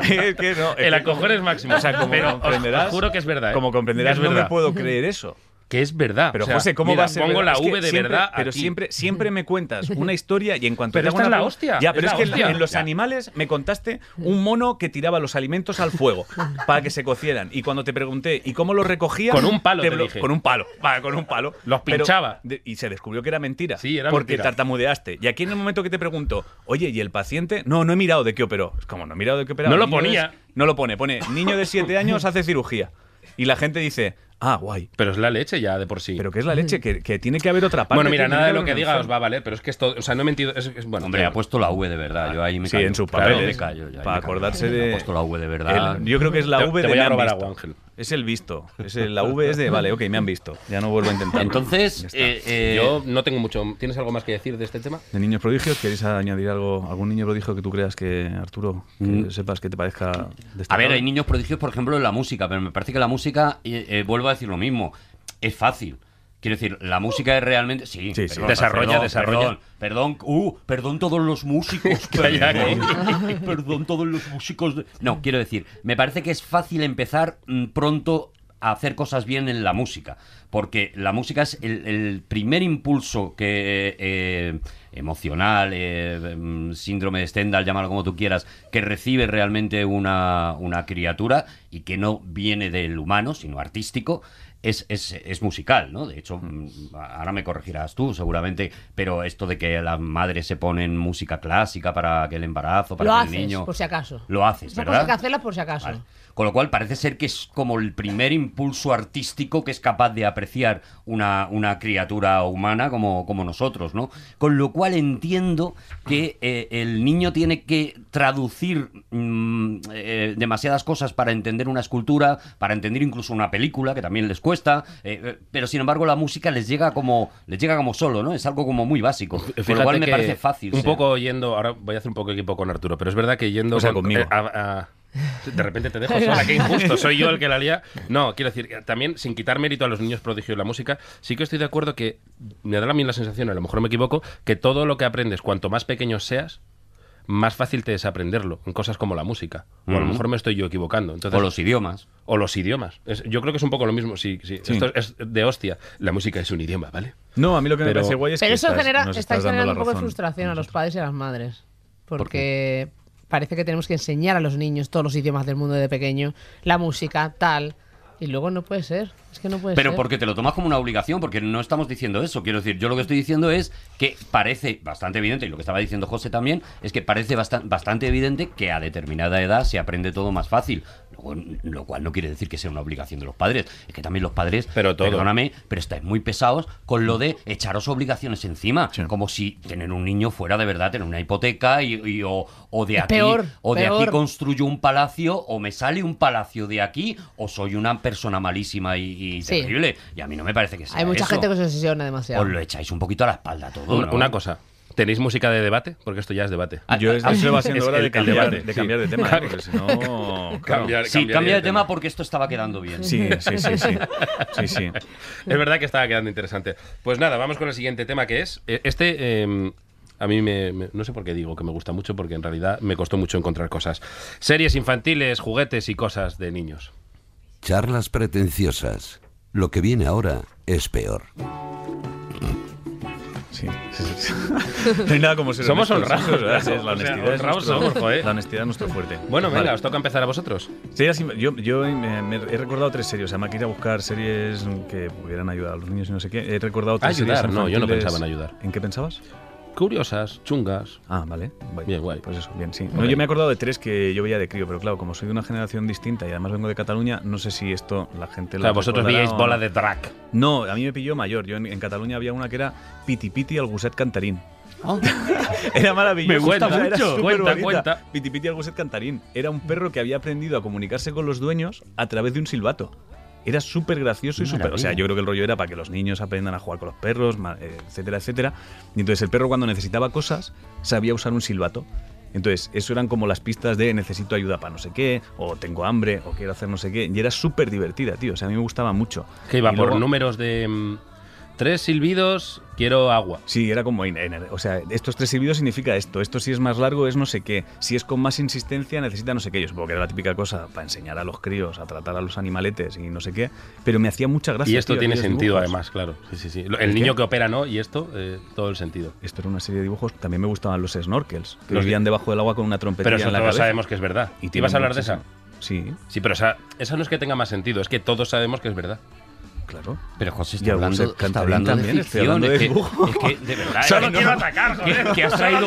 es que no. El es que- acojón es máximo. O sea, como Pero os- comprenderás. os juro que es verdad, ¿eh? Como comprenderás, Es no verdad. me puedo creer eso. Que es verdad. Pero o sea, José, ¿cómo mira, va a ser? Pongo verdad? la Es que V de siempre- verdad. Pero aquí. siempre, siempre me cuentas una historia y en cuanto Pero te hago esta es una la pregunta- hostia, Ya, es pero es, la que en la- hostia. en los animales me contaste un mono que tiraba los alimentos al fuego para que se cocieran. Y cuando te pregunté, ¿y cómo los recogía? Con un palo, te blo- dije. Con un palo. va, con un palo. Los Pero- pinchaba. de- y se descubrió que era mentira. Sí, era Porque mentira. tartamudeaste. Y aquí en el momento que te pregunto, oye, ¿y el paciente? No, no he mirado de qué operó. Es como, no he mirado de qué operó. No lo Niño de- ponía. no lo pone. Pone, niño de 7 años hace cirugía. Y la gente dice, ah, guay. Pero es la leche ya de por sí. Pero Mm. que es la leche, que, que tiene que haber otra parte. bueno, mira, tiene nada de haber lo que una diga os enfermedad. va a valer, pero es que esto, o sea, no he mentido. es- es- bueno, Hombre, tío, Ah, ha puesto la V de verdad. Yo ahí me Sí, callo. en sus Claro, papeles. me callo, ya, para me callo. acordarse de. pues, Ha puesto la V de verdad. El- yo creo que es la Te- V de te voy me a han robar visto. algo, Ángel. Es el visto. Es el- la V es de, vale, ok, me han visto. Ya no vuelvo a intentarlo. Entonces, Ya está. eh, eh, Yo no tengo mucho. ¿Tienes algo más que decir de este tema? De niños prodigios, ¿queréis añadir algo? ¿Algún niño prodigio que tú creas que, Arturo, que Mm. sepas que te parezca A destacable? ver, hay niños prodigios, por ejemplo, en la música, pero me parece que la música, eh, eh, vuelvo a decir lo mismo, es fácil. Quiero decir, la música es realmente. Sí, Sí, sí. Desarrolla, perdón, desarrolla. Perdón, perdón, uh, perdón todos los músicos. Calla, perdón, perdón todos los músicos. de- No, quiero decir, me parece que es fácil empezar mm, pronto a hacer cosas bien en la música, porque la música es el, el primer impulso que eh, emocional, eh, mm, síndrome de Stendhal, llámalo como tú quieras, que recibe realmente una, una criatura y que no viene del humano, sino artístico, es, es- es musical, ¿no? De hecho, mm, ahora me corregirás tú seguramente, pero esto de que las madres se ponen música clásica para que el embarazo, para Lo que haces, el niño... por si acaso. Lo haces, Esas ¿verdad? cosas que hacerlas por si acaso. Vale. Con lo cual parece ser que es como el primer impulso artístico que es capaz de apreciar una, una criatura humana como, como nosotros, ¿no? Con lo cual entiendo que eh, el niño tiene que traducir mm, eh, demasiadas cosas para entender una escultura, para entender incluso una película, que también les cuesta, eh, eh, pero sin embargo la música les llega como, les llega como solo, ¿no? Es algo como muy básico. Con lo Fíjate cual me que parece fácil. Un ser. poco yendo, ahora voy a hacer un poco equipo con Arturo, pero es verdad que yendo O sea, con- conmigo. eh, a- a- de repente te dejo sola, qué injusto, soy yo el que la lía. No, quiero decir, que también sin quitar mérito a los niños prodigios de la música, sí que estoy de acuerdo que me da a mí la sensación, a lo mejor me equivoco, que todo lo que aprendes, cuanto más pequeño seas, más fácil te es aprenderlo en cosas como la música. O a lo Ujú. mejor me estoy yo equivocando. Entonces, O los idiomas. o los idiomas. Es- yo creo que es un poco lo mismo. Sí, sí. Sí. Esto es de hostia. La música es un idioma, ¿vale? No, a mí lo que me Pero- parece guay es Pero que eso estás- genera, nos estáis estás dando generando la un poco de razón. frustración a los padres y a las madres. qué? Porque parece que tenemos que enseñar a los niños todos los idiomas del mundo de pequeño, la música, tal. Y luego no puede ser. Es que no puede Pero ser. porque te lo tomas como una obligación, porque no estamos diciendo eso. Quiero decir, yo lo que estoy diciendo es que parece bastante evidente, y lo que estaba diciendo José también, es que parece bastan- bastante evidente que a determinada edad se aprende todo más fácil. Luego, Lo cual no quiere decir que sea una obligación de los padres. Es que también los padres, Pero todo. perdóname, pero estáis muy pesados con lo de echaros obligaciones encima. Sí. Como si tener un niño fuera de verdad, tener una hipoteca y, y- o, o de Es aquí, peor, o de aquí peor. construyo un palacio, o me sale un palacio de aquí, o soy una persona malísima y, y Sí. terrible. Y a mí no me parece que sea Hay mucha eso. gente que se obsesiona demasiado. Os lo echáis un poquito a la espalda todo, Una, ¿no? una cosa. ¿Tenéis música de debate? Porque esto ya es debate. Ah, Yo es, eso va Es siendo hora el- de el cambiar, debate, de, sí. cambiar de tema, ¿eh? porque si no... claro. Sí, cambia de tema, porque esto estaba quedando bien. Sí, sí, sí, sí. Sí, sí. Es verdad que estaba quedando interesante. Pues nada, vamos con el siguiente tema que es. eh, Este. eh, a mí me, me- no sé por qué digo que me gusta mucho, porque en realidad me costó mucho encontrar cosas. Series infantiles, juguetes y cosas de niños. Charlas pretenciosas. Lo que viene ahora es peor. Sí, sí, sí. No hay nada como ser Somos honestos, honrados, eso es verdad, sí, es o sea, la honestidad. es honrados nuestro- somos, joder. La honestidad es nuestro fuerte. Bueno, venga, Vale. os toca empezar a vosotros. Series inf- yo yo me, me he recordado tres series. O sea, me quería buscar series que pudieran ayudar a los niños y no sé qué. He recordado tres Ayudar, series no, yo no infantiles. pensaba en ayudar. ¿En qué pensabas? Curiosas, chungas. Ah, vale. Guay. Bien, guay. Pues eso, bien, sí. Ok. No, yo me he acordado de tres que yo veía de crío, pero claro, como soy de una generación distinta y además vengo de Cataluña, no sé si esto la gente O lo. sea, vosotros recordará veíais o no. bola de drag. No, a mí me pilló mayor. Yo en, en Cataluña había una que era Piti Piti al Guset Cantarín. Era maravilloso. Me gusta O sea, era mucho. superbonita. Cuenta, cuenta. Piti Piti al Guset Cantarín. Era un perro que había aprendido a comunicarse con los dueños a través de un silbato. Era súper gracioso y súper... O sea, yo creo que el rollo era para que los niños aprendan a jugar con los perros, ma- eh, etcétera, etcétera. Y entonces el perro cuando necesitaba cosas sabía usar un silbato. Entonces, eso eran como las pistas de necesito ayuda para no sé qué, o tengo hambre, o quiero hacer no sé qué. Y era súper divertida, tío. O sea, a mí me gustaba mucho. Que iba Y por luego- números de, mm, Tres silbidos, quiero agua. Sí, era como. en- en- O sea, estos tres silbidos significa esto. Esto si es más largo es no sé qué. Si es con más insistencia necesita no sé qué. Yo supongo que era la típica cosa para enseñar a los críos a tratar a los animaletes y no sé qué. Pero me hacía mucha gracia. Y esto Ah, tío, tiene aquellos sentido, dibujos. además, claro. Sí, sí, sí. Lo- El ¿El qué? niño que opera, ¿no? Y esto, eh, todo el sentido. Esto era una serie de dibujos. También me gustaban los snorkels. Que Los los que- guían debajo del agua con una trompetilla Pero en la nosotros cabeza. sabemos que es verdad. ¿Y vas tienen em- a hablar de muchísimo. esa? Sí, Sí, pero esa, esa no es que tenga más sentido, es que todos sabemos que es verdad. claro. Pero José Y está algún hablando, Cantarín está hablando también, de estoy ficción. hablando de es, que, dibujo. es que, de verdad, Solo es quiero atacar, que, que has traído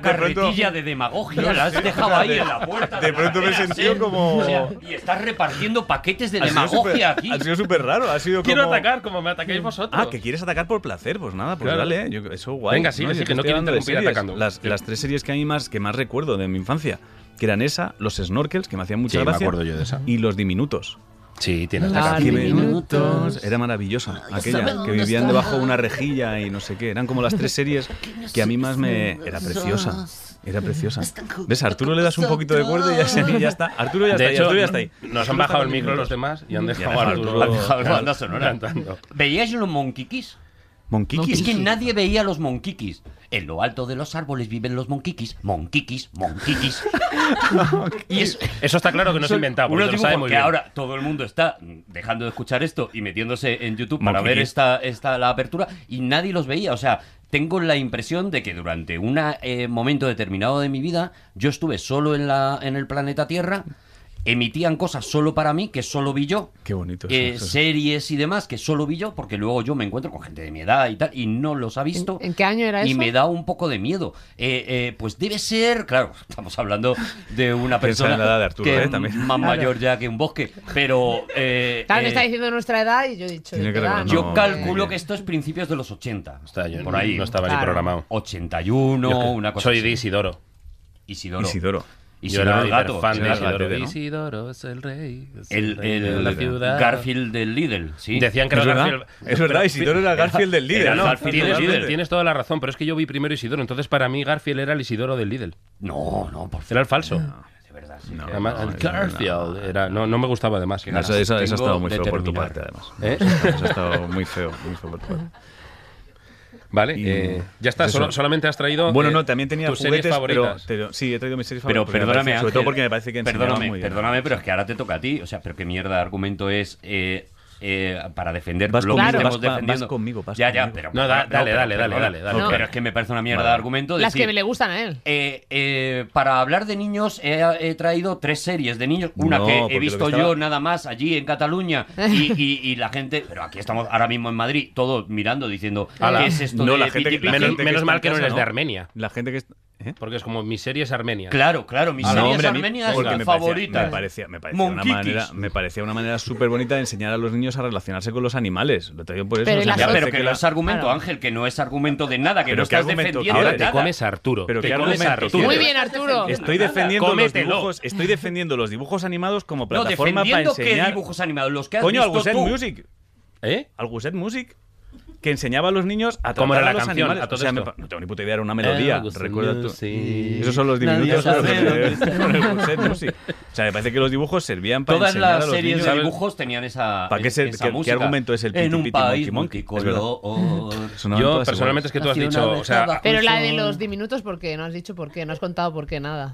pronto- carretilla de demagogia, la has dejado ahí en la puerta. de la pronto me he acera, sentido sí. como- O sea, y estás repartiendo paquetes de Ha sido súper- demagogia aquí. Ha sido súper raro. Ha sido Quiero como- atacar como me ataquéis vosotros. Ah, que quieres atacar por placer, pues nada, pues Claro. dale, yo- eso guay. Venga, sigue, Yo sigue, te no estoy quiero hablando de interrumpir series, atacando. Las, Sí. las tres series que a mí más, que más recuerdo de mi infancia, que eran esa, los snorkels, que me hacían mucha Sí, me gracia, acuerdo yo de esa. y los diminutos. Sí, tienes Ah, razón. Los Que diminutos. Era maravillosa aquella, que vivían debajo de una rejilla y no sé qué. Eran como las tres series que a mí más me... Era preciosa. Era preciosa. ¿Ves? a Arturo le das un poquito de cuerda y ya, se- ya está. Arturo ya está, De ahí, hecho, Arturo ya está ahí. nos han bajado el micro los demás y han dejado dejado a a Arturo. Arturo- Han dejado la banda sonora. cantando. ¿Veíais los monquiquis? Monquiquis. Es que nadie veía los monquiquis. En lo alto de los árboles viven los monquiquis, monquiquis, monquiquis. y es Eso está claro que no se ha inventado, unos porque lo dibujos sabe muy que bien. ahora todo el mundo está dejando de escuchar esto y metiéndose en YouTube para Monquiquis. ver esta, esta la apertura y nadie los veía. O sea, tengo la impresión de que durante un eh, momento determinado de mi vida yo estuve solo en, la, en el planeta Tierra. Emitían cosas solo para mí que solo vi yo. Qué bonito Eh, eso, eso. series y demás que solo vi yo, porque luego yo me encuentro con gente de mi edad y tal, y no los ha visto. ¿En- en qué año era Y eso? me da un poco de miedo. Eh, eh, pues debe ser, claro, estamos hablando de una Piensa en persona la edad de Arturo, que ¿eh? También. más mayor ya que un bosque, pero... eh, Claro, eh, me está diciendo nuestra edad y yo he dicho. Tiene ¿de que qué edad? recordar, yo No, calculo eh, que esto es principios de los 80. Está, yo por ahí. No estaba ni Claro. programado. 81, Yo que- una cosa Soy así. de Isidoro. Isidoro. Isidoro. Isidoro yo era el gato. fan de Isidoro el gato. Isidoro. Gato, ¿no? Isidoro es el rey. es El, rey de el la ciudad. Garfield del Lidl, ¿sí? Decían que era Es verdad, Garfield. es verdad, Isidoro era Garfield del líder. era No, Garfield del tienes, Lidl. tienes toda la razón, pero es que yo vi primero Isidoro, entonces para mí Garfield era el Isidoro del Lidl. No, no, por Era favor. el falso. Ah, De verdad, sí. que- Además, el Garfield era, no, no me gustaba además. ganas Eso, eso, eso ha tengo estado muy de feo por tu terminar. parte, además. ¿Eh? Eso ha estado muy feo, muy feo por tu parte. Vale, Y- eh, ya está, eso. solo- solamente has traído. Bueno, eh, no, también tenía tus juguetes, series pero, favoritas. pero- sí, he traído mis series Pero favoritas. porque me perdóname, parece- sobre Ángel, todo porque me parece que enseñaban perdóname, muy bien. perdóname, pero es que ahora te toca a ti. O sea, pero qué mierda de argumento es eh, eh, para defender Vas lo que conmigo, estamos vas- vas defendiendo. conmigo, vas ya, ya, conmigo. pero No, da- dale, pero dale, dale, perdona. dale, dale. No, Ok. Pero es que me parece una mierda de argumento. Las que decir, le gustan a él. eh, eh, para hablar de niños he, he traído tres series de niños. Una No, que porque he lo visto que yo estaba- nada más allí en Cataluña y, y- y la gente... Pero aquí estamos ahora mismo en Madrid, todos mirando, diciendo, Ala. ¿qué es esto No, de la gente que- piti, piti? la Menos, gente que menos está mal en que no casa, eres de ¿no? Armenia, La gente que... es- ¿eh? porque es como mi serie es Armenia. Claro, claro, mis Ah, series hombre, a mí- armenias porque me favoritas. Parecía, me, parecía, me, parecía una Monquiquis. manera, me parecía una manera súper bonita de enseñar a los niños a relacionarse con los animales. Lo traigo por eso. Pero o sea, las me Ya, Parece pero parece que, que no la- es argumento, Claro. Ángel, que no es argumento de nada, que Pero no ¿qué estás argumento? defendiendo Ahora de te nada. comes a Arturo. Pero te ¿qué comes a argumento Arturo. Muy tienes? bien, Arturo. Estoy defendiendo, los Cómetelo. dibujos, estoy defendiendo los dibujos animados como No, plataforma para defendiendo que enseñar... dibujos animados, los que has Coño, al visto Guset tú. Music. ¿Eh? al Guset Music que enseñaba a los niños a tratar ¿Cómo era la a los canción? animales. A todo O sea, me esto. pa- no tengo ni puta idea, era una melodía. El Guset Recuerda tú. Music. Esos son los Nadie diminutos con sabe los dónde que- con el Guset Music. O sea, me parece que los dibujos servían para Todas enseñar las a los series niños. de dibujos tenían esa, ¿Para qué se- esa qué- qué música. argumento es el piti, En un piti, país monkey, monkey? Es verdad. multicolor. Sonaban Yo todas personalmente es iguales. que tú has dicho, Nacional o sea, estaba- Pero la de Eso- los diminutos, ¿por qué? No has dicho por qué, no has contado por qué nada.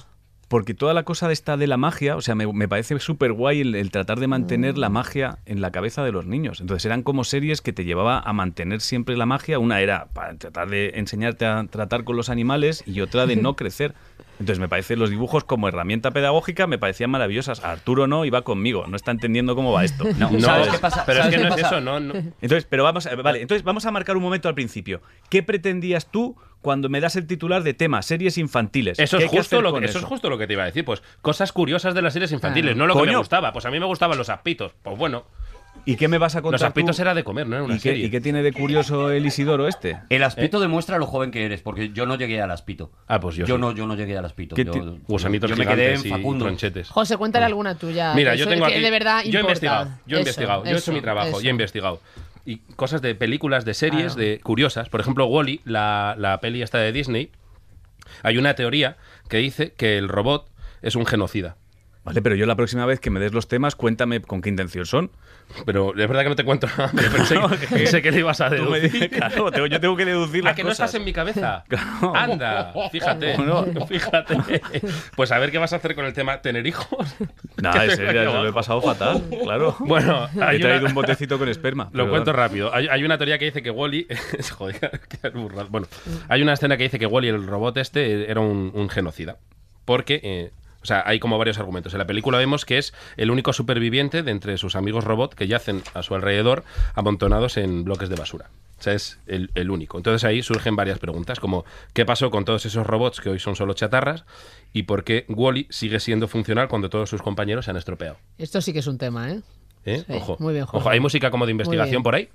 Porque toda la cosa de esta de la magia, o sea, me, me parece súper guay el, el tratar de mantener la magia en la cabeza de los niños. Entonces eran como series que te llevaba a mantener siempre la magia. Una era para tratar de enseñarte a tratar con los animales y otra de no crecer. Entonces me parecen los dibujos como herramienta pedagógica, me parecían maravillosas. A Arturo no, iba conmigo, no está entendiendo cómo va esto. No, no, ¿sabes qué pasa? pero es ¿Sabes que qué no es pasa? eso, no, no. Entonces, pero vamos, a- vale, entonces vamos a marcar un momento al principio. ¿Qué pretendías tú cuando me das el titular de tema, series infantiles? Eso ¿Qué es, hay que justo hacer lo, con que- eso es justo lo que te iba a decir. Pues cosas curiosas de las series infantiles. Claro. No lo que me Coño. gustaba. Pues a mí me gustaban los apitos. Pues bueno, ¿Y qué me vas a contar los apitos tú? era de comer, no era una ¿Y qué, serie. y qué tiene de curioso el Isidoro este? El aspito demuestra lo joven que eres, porque yo no llegué al aspito. Ah, pues yo Yo sí. no, yo no llegué al aspito. ¿Qué Yo, ti- yo- Gusanitos yo me quedé en gigantes y Facundo. tronchetes. José, cuéntale alguna tuya. Ah. Mira, que yo eso- tengo que aquí- de verdad yo he importa. investigado, yo he Eso, investigado, yo he hecho eso, mi trabajo, yo eso. he investigado. Y cosas de películas, de series, Claro. de curiosas. Por ejemplo, Wally, la, la peli esta de Disney, hay una teoría que dice que el robot es un genocida. Vale, pero yo la próxima vez que me des los temas, cuéntame con qué intención son. Pero es verdad que no te cuento nada. pero pensé, pensé que le ibas a Tú me deducir. dices, claro, tengo- yo tengo que deducir ¿A las Ah, que no cosas. estás en mi cabeza? Claro. Anda, fíjate, fíjate. Pues a ver qué vas a hacer con el tema tener hijos. No, Que en te serio, vaya yo lo he abajo. pasado fatal, claro. Bueno, hay he traído una- un botecito con esperma. Lo perdón. cuento rápido. Hay, hay una teoría que dice que Wally. joder, qué burrada. Bueno, hay una escena que dice que Wally, el robot este, era un, un genocida. Porque. eh, o sea, hay como varios argumentos. En la película vemos que es el único superviviente de entre sus amigos robot que yacen a su alrededor amontonados en bloques de basura. O sea, es el, el único. Entonces ahí surgen varias preguntas, como ¿qué pasó con todos esos robots que hoy son solo chatarras? ¿Y por qué Wally sigue siendo funcional cuando todos sus compañeros se han estropeado? Esto sí que es un tema, ¿eh? ¿Eh? Sí, Ojo. muy bien, Jorge. Ojo, ¿hay música como de bien. investigación por ahí?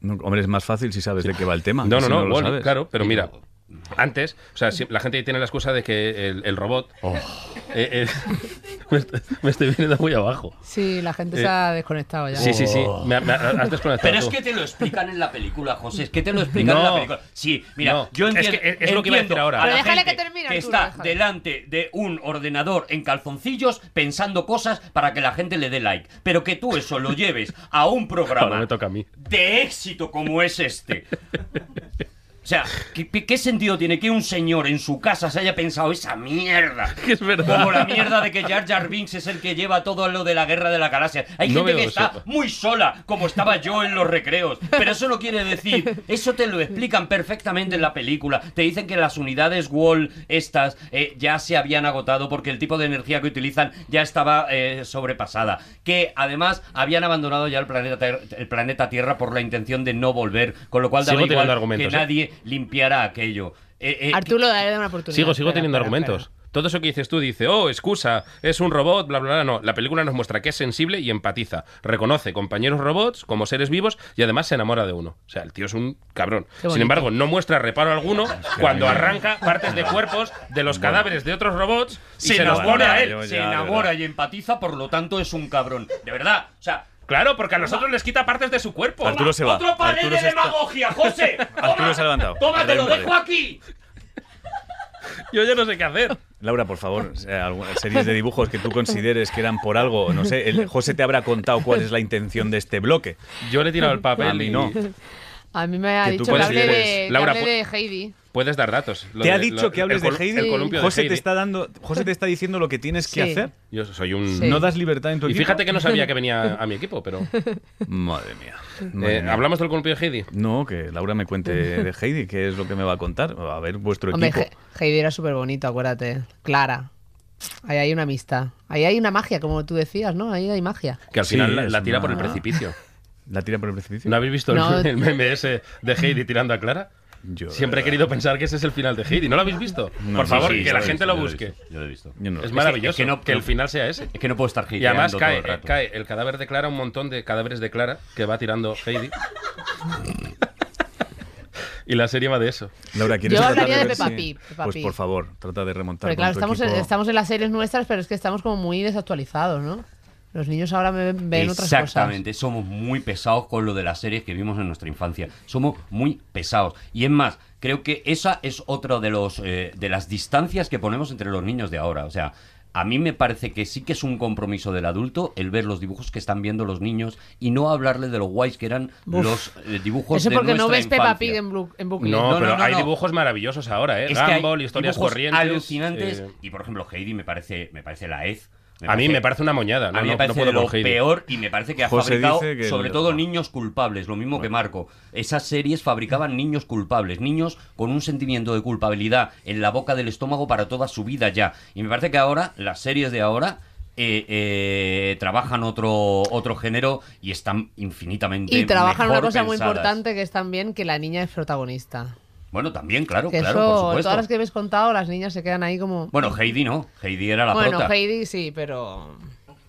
No, hombre, es más fácil si sabes de qué va el tema. No, Ah, que no, si no, lo Wall-E, sabes. claro, pero mira. Antes, o sea, si- la gente tiene la excusa de que el, el robot. Eh, eh, me, est- me estoy viniendo muy abajo. Sí, la gente Eh, se ha desconectado ya. Sí, sí, sí. Me, ha- me ha- has desconectado. Pero es que te lo explican en la película, José. Es que te lo explican No. en la película. Sí, mira, No. yo Es entiendo. que es- es lo que iba a decir entiendo ahora. la Pero déjale gente que termine, que Arturo, está déjale. delante de un ordenador en calzoncillos pensando cosas para que la gente le dé like. Pero que tú eso lo lleves a un Ahora programa me toca a mí. de éxito como es este. O sea, ¿qué, qué- qué sentido tiene que un señor en su casa se haya pensado esa mierda? Que es verdad. Como la mierda de que Jar Jar Binks es el que lleva todo lo de la guerra de la galaxia. Hay No gente veo que está eso. muy sola, como estaba yo en los recreos. Pero eso no quiere decir. Eso te lo explican perfectamente en la película. Te dicen que las unidades Wall, estas, eh, ya se habían agotado porque el tipo de energía que utilizan ya estaba eh, sobrepasada. Que además habían abandonado ya el planeta, Ter- el planeta Tierra por la intención de no volver. Con lo cual Sigo daba igual teniendo argumentos, que ¿eh? nadie limpiara aquello. Eh, eh, Arturo, dale una oportunidad. Sigo, sigo Espera, teniendo espera, argumentos. Todo eso que dices tú dice, oh, excusa, es un robot, bla, bla, bla. No, la película nos muestra que es sensible y empatiza. Reconoce compañeros robots como seres vivos y además se enamora de uno. O sea, el tío es un cabrón. Qué Sin bonito. embargo, no muestra reparo alguno cuando arranca partes de cuerpos de los cadáveres de otros robots y se, se los pone enamora a él, él. se ya, de enamora y empatiza, por lo tanto es un cabrón. De verdad, o sea. Claro, porque a nosotros les quita partes de su cuerpo. Arturo se va. ¡Otro panel Arturo de se está- demagogia, José! Toma, Ah, Arturo se ha levantado. Toma, te Arturo, lo dejo vale. aquí. Yo ya no sé qué hacer. Laura, por favor, o sea, alguna- series de dibujos que tú consideres que eran por algo, no sé, el, José te habrá contado cuál es la intención de este bloque. Yo le he tirado el papel A mí y no. A mí me ha Que tú dicho que hable, consideres- de, que Laura, pues, hable pu- de Heidi. Puedes dar datos. Lo ¿Te ha de- dicho lo- que hables de col- Heidi? El columpio de José Heidi. te está dando, José te está diciendo lo que tienes que Sí. hacer. Yo soy un... Sí. No das libertad en tu Y equipo. fíjate que no sabía que venía a mi equipo, pero... Madre mía. madre Eh, mía. ¿Hablamos del columpio de Heidi? No, que Laura me cuente de Heidi, qué es lo que me va a contar. A ver, vuestro Hombre, equipo. He- Heidi era súper bonito, acuérdate. Clara. Ahí hay una amistad. Ahí hay una magia, como tú decías, ¿no? Ahí hay magia. Que al Sí, final la- es la tira por el una- precipicio. ¿La tira por el precipicio? ¿No habéis visto el- No. el, meme ese de Heidi tirando a Clara? Yo- eh, Siempre he querido pensar que ese es el final de Heidi. ¿No lo habéis visto? No, por sí, favor, sí, que yo lo la he gente visto, lo yo lo he busque. Yo lo he visto. Yo no lo Es sé. maravilloso es que no- que el final sea ese. Es que no puedo estar Y además cae, eh, cae el cadáver de Clara, un montón de cadáveres de Clara que va tirando Heidi. y la serie va de eso. Laura, ¿quieres Yo tratar hablaría de ver Peppa si- Pig, Peppa Pues Pig. por favor, trata de remontar. Porque claro, con tu estamos, en- equipo. estamos en las series nuestras, pero es que estamos como muy desactualizados, ¿no? Los niños ahora me ven, ven otras cosas. Exactamente, somos muy pesados con lo de las series que vimos en nuestra infancia. Somos muy pesados. Y es más, creo que esa es otra de, los, eh, de las distancias que ponemos entre los niños de ahora. O sea, a mí me parece que sí que es un compromiso del adulto el ver los dibujos que están viendo los niños y no hablarle de lo guays que eran Uf. los eh, dibujos Eso de porque no nuestra ves Peppa infancia. Pig en, Blu- en Brooklyn. No, No, pero no, no, hay no. dibujos maravillosos ahora, ¿eh? Es que hay Gumball, historias dibujos corrientes. alucinantes. eh, Y por ejemplo, Heidi me parece, me parece la EZ. a mí me parece una moñada. No, a mí me no- no parece puedo de lo con Heidi. peor y me parece que ha José fabricado dice que sobre el- todo niños culpables, lo mismo que Marco. Esas series fabricaban niños culpables, niños con un sentimiento de culpabilidad en la boca del estómago para toda su vida ya. Y me parece que ahora, las series de ahora... eh, eh, trabajan otro otro género y están infinitamente Y trabajan una mejor cosa muy pensadas. importante que es también que la niña es protagonista. bueno también claro que claro por eso, supuesto todas las que habéis contado, las niñas se quedan ahí como... bueno Heidi no Heidi era la Bueno, prota Heidi sí, pero...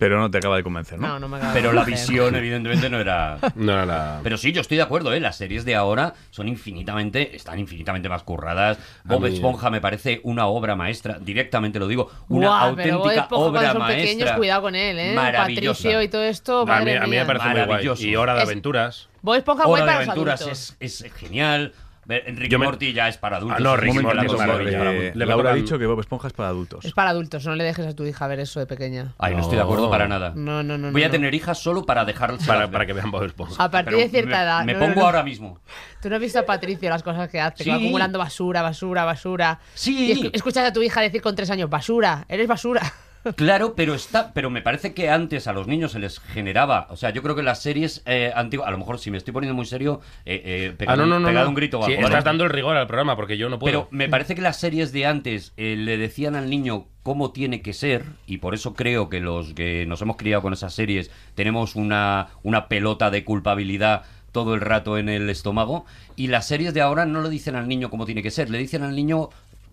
Pero no te acaba de convencer, ¿no? No, no me acaba de pero la convencer. visión evidentemente no era No, no, no. Pero sí, yo estoy de acuerdo, ¿eh? Las series de ahora son infinitamente, están infinitamente más curradas. Bob mí- Esponja me parece una obra maestra, directamente lo digo, una Buah, pero Bob auténtica Esponja obra cuando son maestra. pequeños, cuidado con él, ¿eh? Maravillosa. Patricio y todo esto, a, mí, madre a mí mía. me parece muy guay. Maravilloso. Y Hora de Es- Aventuras. Bob Esponja Hora guay de para los aventuras adultos. es, es genial. Eh, Rick Yo me- Morty ya es para adultos. Ah, no, es Rick una Morty es cosa maravilla. maravilla. Le Le, va a Eh, Laura ha tocar- dicho que Bob Esponja es para adultos. Es para adultos, no le dejes a tu hija ver eso de pequeña. Ay, no, estoy de acuerdo para nada. No, no, no, Ah. Voy no, a no. tener hijas solo para dejarlas. Para, para que vean Bob Ah, Esponja. A partir de cierta me, edad. Me no, no, pongo no. ahora mismo. Tú no has visto a Patricio las cosas que hace, que va Sí. acumulando basura, basura, basura. Sí. Y escu- escuchas a tu hija decir con tres años, basura, eres basura. Claro, pero está, pero me parece que antes a los niños se les generaba, o sea, yo creo que las series eh, antiguas, a lo mejor si me estoy poniendo muy serio, eh, eh, pegad Ah, no, un- no, no. pegad no. un grito. o Sí, algo, estás ¿vale? dando el rigor al programa porque yo no puedo. Mm. Pero me parece que las series de antes eh, le decían al niño cómo tiene que ser, y por eso creo que los que nos hemos criado con esas series tenemos una, una pelota de culpabilidad todo el rato en el estómago, y las series de ahora no le dicen al niño cómo tiene que ser, le dicen al niño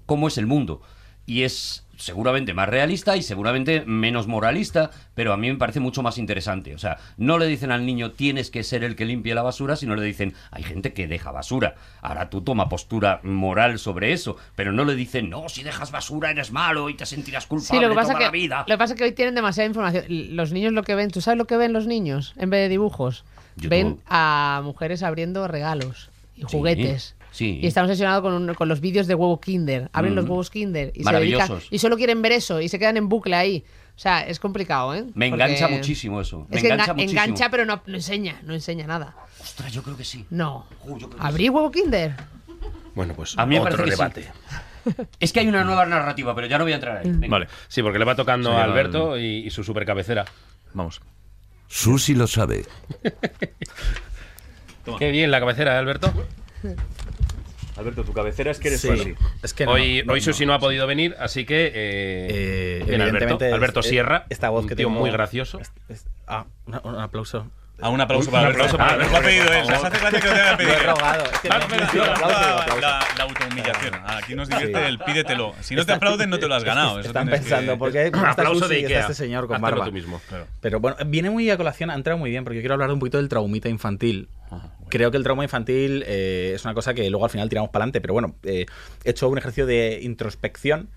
cómo es el mundo. Y es seguramente más realista y seguramente menos moralista, pero a mí me parece mucho más interesante. O sea, no le dicen al niño tienes que ser el que limpie la basura, sino le dicen hay gente que deja basura. Ahora tú toma postura moral sobre eso, pero no le dicen no, si dejas basura eres malo y te sentirás culpable Sí, lo que pasa toda que la vida. lo que pasa es que hoy tienen demasiada información. L- Los niños lo que ven, ¿tú sabes lo que ven los niños en vez de dibujos? YouTube. Ven a mujeres abriendo regalos y juguetes. sí. Mm. Y están obsesionados con, un- con los vídeos de huevo Kinder. Abren los huevos Kinder y se Maravillosos. dedican- y solo quieren ver eso y se quedan en bucle ahí. O sea, es complicado, ¿eh? Me engancha Porque- muchísimo eso. Me Es que enga- engancha engancha, muchísimo. pero no, no enseña, no enseña nada. Ostras, yo creo que sí. No. Uy, yo creo que Abrí huevo Kinder. Bueno, pues A mí me otro parece que debate. sí. Es que hay Ah. una nueva narrativa, pero ya no voy a entrar ahí. Mm. Venga. Vale, Sí, porque le va tocando Se a lleva Alberto y, y su super cabecera. vamos. Susi lo sabe. Qué bien la cabecera de Alberto. Alberto, tu cabecera es que eres Sí. Es que no, hoy no, hoy no. Susi no ha podido venir, así que. eh, Eh, bien, Alberto. evidentemente es- Alberto es- Sierra. esta voz un que tío tengo- muy gracioso. Es- ah, una- un aplauso. A un aplauso Uy, para un aplauso Alberto. para Ah, Lo ha Alberto, pedido por él. Las hace gracia que lo tenga Lo he pedido. rogado. Es que Va, no- espera, no, la, el aplauso, el la- aplauso. la- la autohumillación. Aquí nos divierte Sí. el pídetelo. Si no te aplauden, no te lo has ganado. Eso Están tienes que- pensando, ¿por qué está Aplauso Susi de y está Ikea. este señor con Hazlo barba? tú mismo. Claro. Pero bueno, viene muy a colación, ha entrado muy bien, porque yo quiero hablar un poquito del traumita infantil. Ah, Creo que el trauma infantil eh, es una cosa que luego al final tiramos para adelante, pero bueno, eh, he hecho un ejercicio de introspección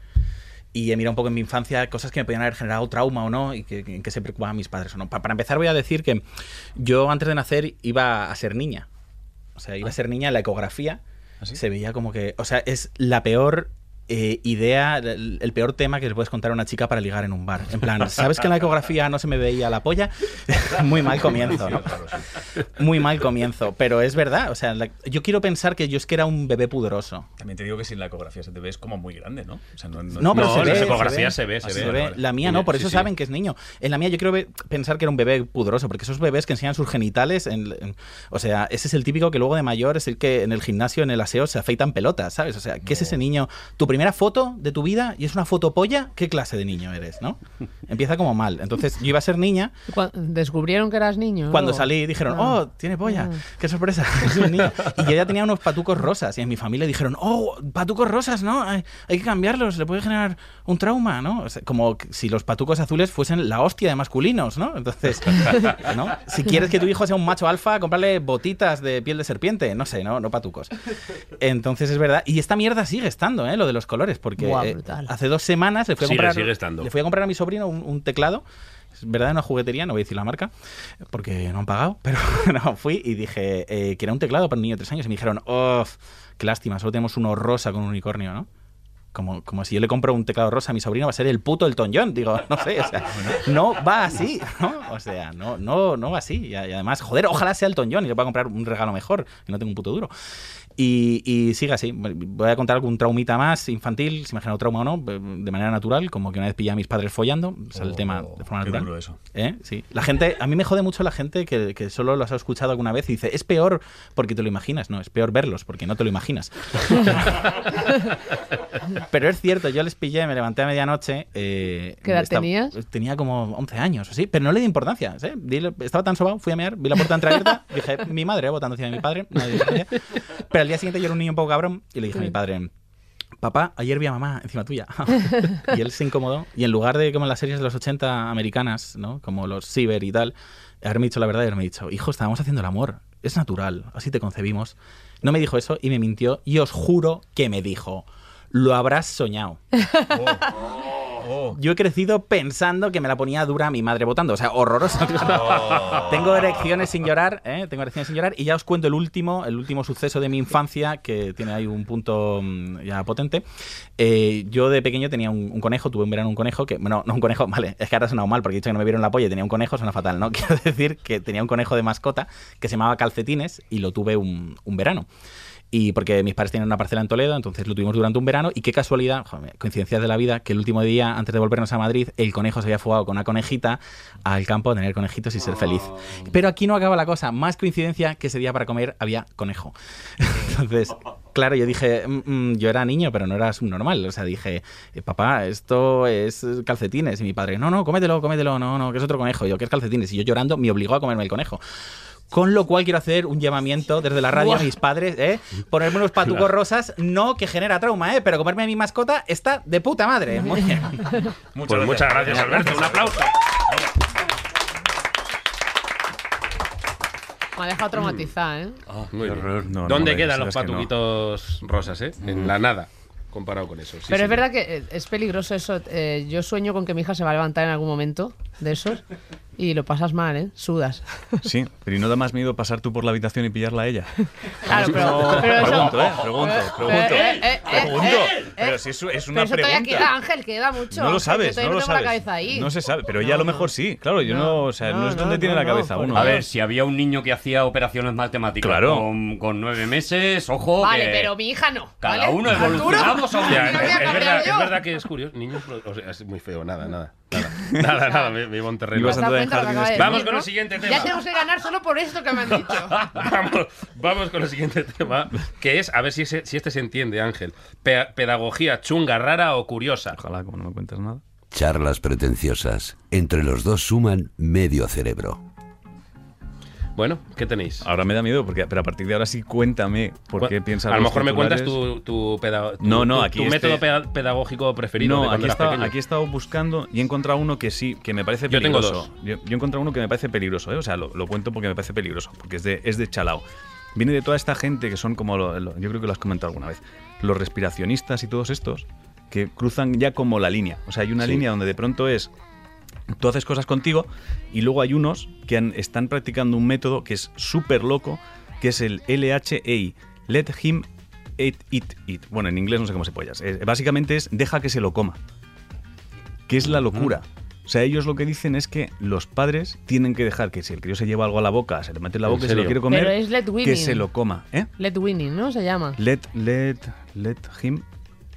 y he mirado un poco en mi infancia cosas que me podían haber generado trauma o no y que, que- en qué se preocupaban mis padres o no. Pa- para empezar voy a decir que yo antes de nacer iba a ser niña. O sea, iba a ser niña, la ecografía ¿Ah, sí? se veía como que... O sea, es la peor eh, idea, el, el peor tema que le puedes contar a una chica para ligar en un bar. En plan, ¿sabes que en la ecografía no se me veía la polla? Muy mal comienzo, ¿no? Muy mal comienzo. Pero es verdad, o sea, la- yo quiero pensar que yo es que era un bebé pudoroso. También te digo que sin la ecografía se te ves como muy grande, ¿no? O sea, no, No, pero No, se, las ve, ecografías se ve, Ah, se ve, vale, vale. La mía no, por Sí, eso sí. saben que es niño. En la mía yo quiero ve- pensar que era un bebé pudoroso, porque esos bebés que enseñan sus genitales, en- en- o sea, ese es el típico que luego de mayor es el que en el gimnasio, en el aseo, se afeitan pelotas, ¿sabes? O sea, ¿qué es ese niño? Tu primera foto de tu vida y es una foto polla, ¿qué clase de niño eres, no? Empieza como mal. Entonces, yo iba a ser niña, Y cua- descubrieron que eras niño. cuando luego. salí dijeron, Ah. oh, tiene polla, Ah. qué sorpresa, es un niño. Y yo ya tenía unos patucos rosas y en mi familia dijeron, oh, patucos rosas, ¿no? Hay, hay que cambiarlos, le puede generar un trauma, ¿no? O sea, como que si los patucos azules fuesen la hostia de masculinos, ¿no? Entonces, ¿no? Si quieres que tu hijo sea un macho alfa, cómprale botitas de piel de serpiente, no sé, no, no patucos. Entonces es verdad, y esta mierda sigue estando, ¿eh? Lo de los colores, porque Buah, eh, brutal. hace dos semanas le fui a Sigue, comprar, sigue estando. le fui a comprar a mi sobrino un, un teclado. Es verdad, en una juguetería, no voy a decir la marca, porque no han pagado, pero no, fui y dije eh, que era un teclado para un niño de tres años. Y me dijeron, oh, qué lástima, solo tenemos uno rosa con un unicornio, ¿no? Como, como si yo le compro un teclado rosa a mi sobrino, va a ser el puto Elton John. Digo, no sé, o sea, no va así, ¿no? O sea, no, no, no va así. Y, a- y además, joder, ojalá sea Elton John y le pueda comprar un regalo mejor, que no tengo un puto duro. Y, y sigue así. Voy a contar algún traumita más infantil, si me ha generado trauma o no, de manera natural, como que una vez pillé a mis padres follando, o sea, el tema de forma Oh, qué natural. duro eso. ¿Eh? Sí. La gente, a mí me jode mucho la gente que, que solo los ha escuchado alguna vez y dice, es peor porque te lo imaginas. No, es peor verlos porque no te lo imaginas. Pero es cierto, yo les pillé, me levanté a medianoche. eh, ¿Qué edad estaba- tenías? Tenía como 11 años o así, pero no le di importancia. ¿sí? Dile- Estaba tan sobado, fui a mear, vi la puerta entreabierta, dije, mi madre, votando encima de mi padre. no le di importancia. Pero al día siguiente yo era un niño un poco cabrón y le dije a mi padre, Papá, ayer vi a mamá encima tuya. y él se incomodó. Y en lugar de como en las series de los 80 americanas, ¿no? Como los Cyber y tal, haberme dicho la verdad y haberme dicho, hijo, estábamos haciendo el amor. Es natural, así te concebimos. No me dijo eso y me mintió. Y os juro que me dijo, lo habrás soñado. Yo he crecido pensando que me la ponía dura mi madre votando. O sea, horroroso. tengo erecciones sin llorar, ¿eh? Tengo erecciones sin llorar. Y ya os cuento el último, el último suceso de mi infancia, que tiene ahí un punto mm, ya potente. Eh, yo de pequeño tenía un, un conejo, tuve un verano un conejo, que, bueno, no un conejo, vale, es que ahora ha sonado mal, porque he dicho que no me vieron la polla y tenía un conejo, suena fatal, ¿no? Quiero decir que tenía un conejo de mascota que se llamaba Calcetines y lo tuve un- un verano y porque mis padres tenían una parcela en Toledo, entonces lo tuvimos durante un verano y qué casualidad, joder, coincidencias de la vida, que el último día antes de volvernos a Madrid, el conejo se había fugado con una conejita al campo a tener conejitos y ser feliz. Pero aquí no acaba la cosa, más coincidencia que ese día para comer había conejo. Entonces, claro, yo dije, mm, mm, yo era niño, pero no era subnormal. O sea, dije, eh, papá, esto es eh, calcetines. Y mi padre, no, no, cómetelo, cómetelo, no, no, que es otro conejo. Y yo, que es calcetines. Y yo llorando me obligó a comerme el conejo. Con lo cual quiero hacer un llamamiento desde la radio a mis padres, ¿eh? Ponerme unos patucos rosas, no que genera trauma, ¿eh? Pero comerme a mi mascota está de puta madre. Muy bien. Muchas pues muchas gracias, Alberto. Un aplauso. Me ha dejado traumatizada, ¿eh? Ah, Muy bien. No, no, ¿Dónde no, quedan la los verdad es que no. patuquitos rosas, eh? En la nada, comparado con eso. Sí, Pero es señor. verdad que eh, es peligroso eso. Eh, yo sueño con que mi hija se va a levantar en algún momento de esos y lo pasas mal, ¿eh? Sudas. Sí, pero ¿y no da más miedo pasar tú por la habitación y pillarla a ella? Claro, pero, pero eso... pregunto, ¿eh? Pregunto, Eh, pregunto. eh, eh, eh, pregunto. eh, eh. pero si eso es Pero una eso todavía queda, pregunta. Ángel, queda mucho. No lo Ángel, sabes, todavía no lo tengo sabes. la cabeza ahí. No se sabe, pero ella a No, lo mejor no. sí. Claro, yo no, o sea, no, No, es donde no, tiene no, la no, cabeza por- uno. A ¿eh? ver, si había un niño que hacía operaciones matemáticas Claro. con, con nueve meses, ojo. Vale, que- pero mi hija no. Cada ¿vale? uno Arturo, evolucionamos a Ya, un nivel. no es, me ha es verdad, cambiado yo. es verdad que es curioso. Niños, o sea, es muy feo. Nada, nada. Nada, nada, nada, me, me iba a un terreno. ¿Te has dado Andrea, cuenta lo que acaba de Jardines. decir, Vamos con no? el siguiente tema. Ya tenemos que ganar solo por esto que me han dicho. Vamos, vamos con el siguiente tema, que es, a ver si, ese- si este se entiende, Ángel. Pe- pedagogía chunga, rara o curiosa. Ojalá, como no me cuentas nada. Charlas pretenciosas. Entre los dos suman medio cerebro. Bueno, ¿qué tenéis? Ahora me da miedo, porque, pero a partir de ahora sí cuéntame por qué Bueno, piensas A lo los mejor me cuentas titulares. tu, tu, peda- tu- No, no, tu- aquí tu este- método peda- pedagógico preferido. de No, cuando aquí he, eras estado, pequeño. aquí he estado buscando y he encontrado uno que sí, que me parece Yo tengo peligroso. dos. Yo, yo he encontrado uno que me parece peligroso, ¿eh? o sea, lo, lo cuento porque me parece peligroso, porque es de, es de Chalao. Viene de toda esta gente que son como, lo- lo- yo creo que lo has comentado alguna vez, los respiracionistas y todos estos que cruzan ya como la línea. O sea, hay una línea donde de pronto es tú haces cosas contigo y luego hay unos que han- están practicando un método que es súper loco, que es el LHEI, Let Him Eat It It. Bueno, en inglés no sé cómo se pollas. Eh, básicamente es deja que se lo coma, que es la locura. O sea, ellos lo que dicen es que los padres tienen que dejar que si el crío se lleva algo a la boca, se le mete en la ¿En boca y se lo serio? quiere comer, Pero es let que winning. se lo coma, ¿eh? Let winning, ¿no? Se llama. Let, let, let him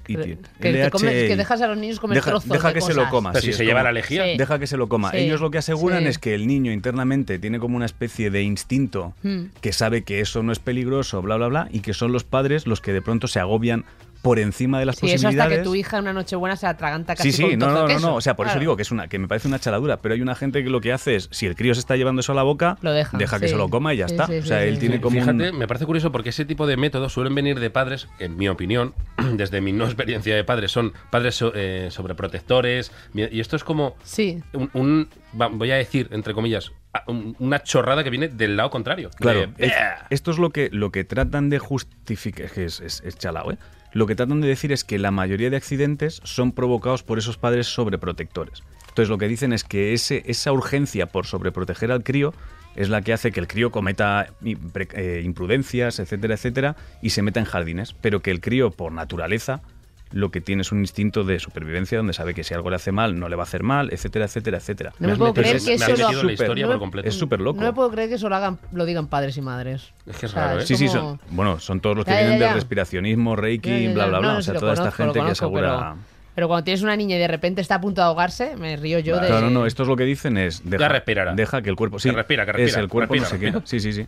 eat it. Que, te comes- LHEI. que dejas a los niños comer Deja- trozos deja de que se cosas. lo coma. Pero sí, si es se lleva como- la lejía. Sí. Deja que se lo coma. Sí, Ellos lo que aseguran sí. es que el niño internamente tiene como una especie de instinto Hmm. que sabe que eso no es peligroso, bla, bla, bla, y que son los padres los que de pronto se agobian por encima de las Sí, eso posibilidades. hasta que tu hija en una noche buena se atraganta casi Sí, sí, con un no, trozo no, de no, queso. no, o sea, por eso Claro. digo que es una que me parece una chaladura, pero hay una gente que lo que hace es si el crío se está llevando eso a la boca, Lo deja, que sí. se lo coma y ya Sí, está. sí, o sea, sí, él sí. tiene como un- Fíjate, me parece curioso porque ese tipo de métodos suelen venir de padres, en mi opinión, desde mi no experiencia de padres, son padres so- eh, sobreprotectores. mi- Y esto es como Sí. un, un- va- voy a decir, entre comillas, a- un- una chorrada que viene del lado contrario. Eh, Claro, De- es- esto es lo que, lo que tratan de justificar, es que es, es- es chalao, ¿eh? Lo que tratan de decir es que la mayoría de accidentes son provocados por esos padres sobreprotectores. Entonces lo que dicen es que ese, esa urgencia por sobreproteger al crío es la que hace que el crío cometa impre- eh, imprudencias, etcétera, etcétera, y se meta en jardines, pero que el crío por naturaleza lo que tiene es un instinto de supervivencia donde sabe que si algo le hace mal no le va a hacer mal, etcétera, etcétera, etcétera. No me has puedo metido- creer me que has eso lo- metido en la Súper. historia No me- por completo. Es súper loco. No me puedo creer que eso lo, hagan, lo digan padres y madres. Es que es O sea, raro, ¿eh? Sí, sí, como- son, bueno, son todos los que Ya, ya, vienen ya. del respiracionismo, reiki, Ya, ya, ya. bla, bla, No, bla. no, o sí sea, lo toda esta conozco, lo gente que conozco, asegura. Pero, pero cuando tienes una niña y de repente está a punto de ahogarse, me río yo de. Claro, no, no, esto es lo que dicen es deja, respirará. deja que el cuerpo, sí, Que respira, que es respira, el cuerpo no respira, sé qué. respira. Sí, sí, sí.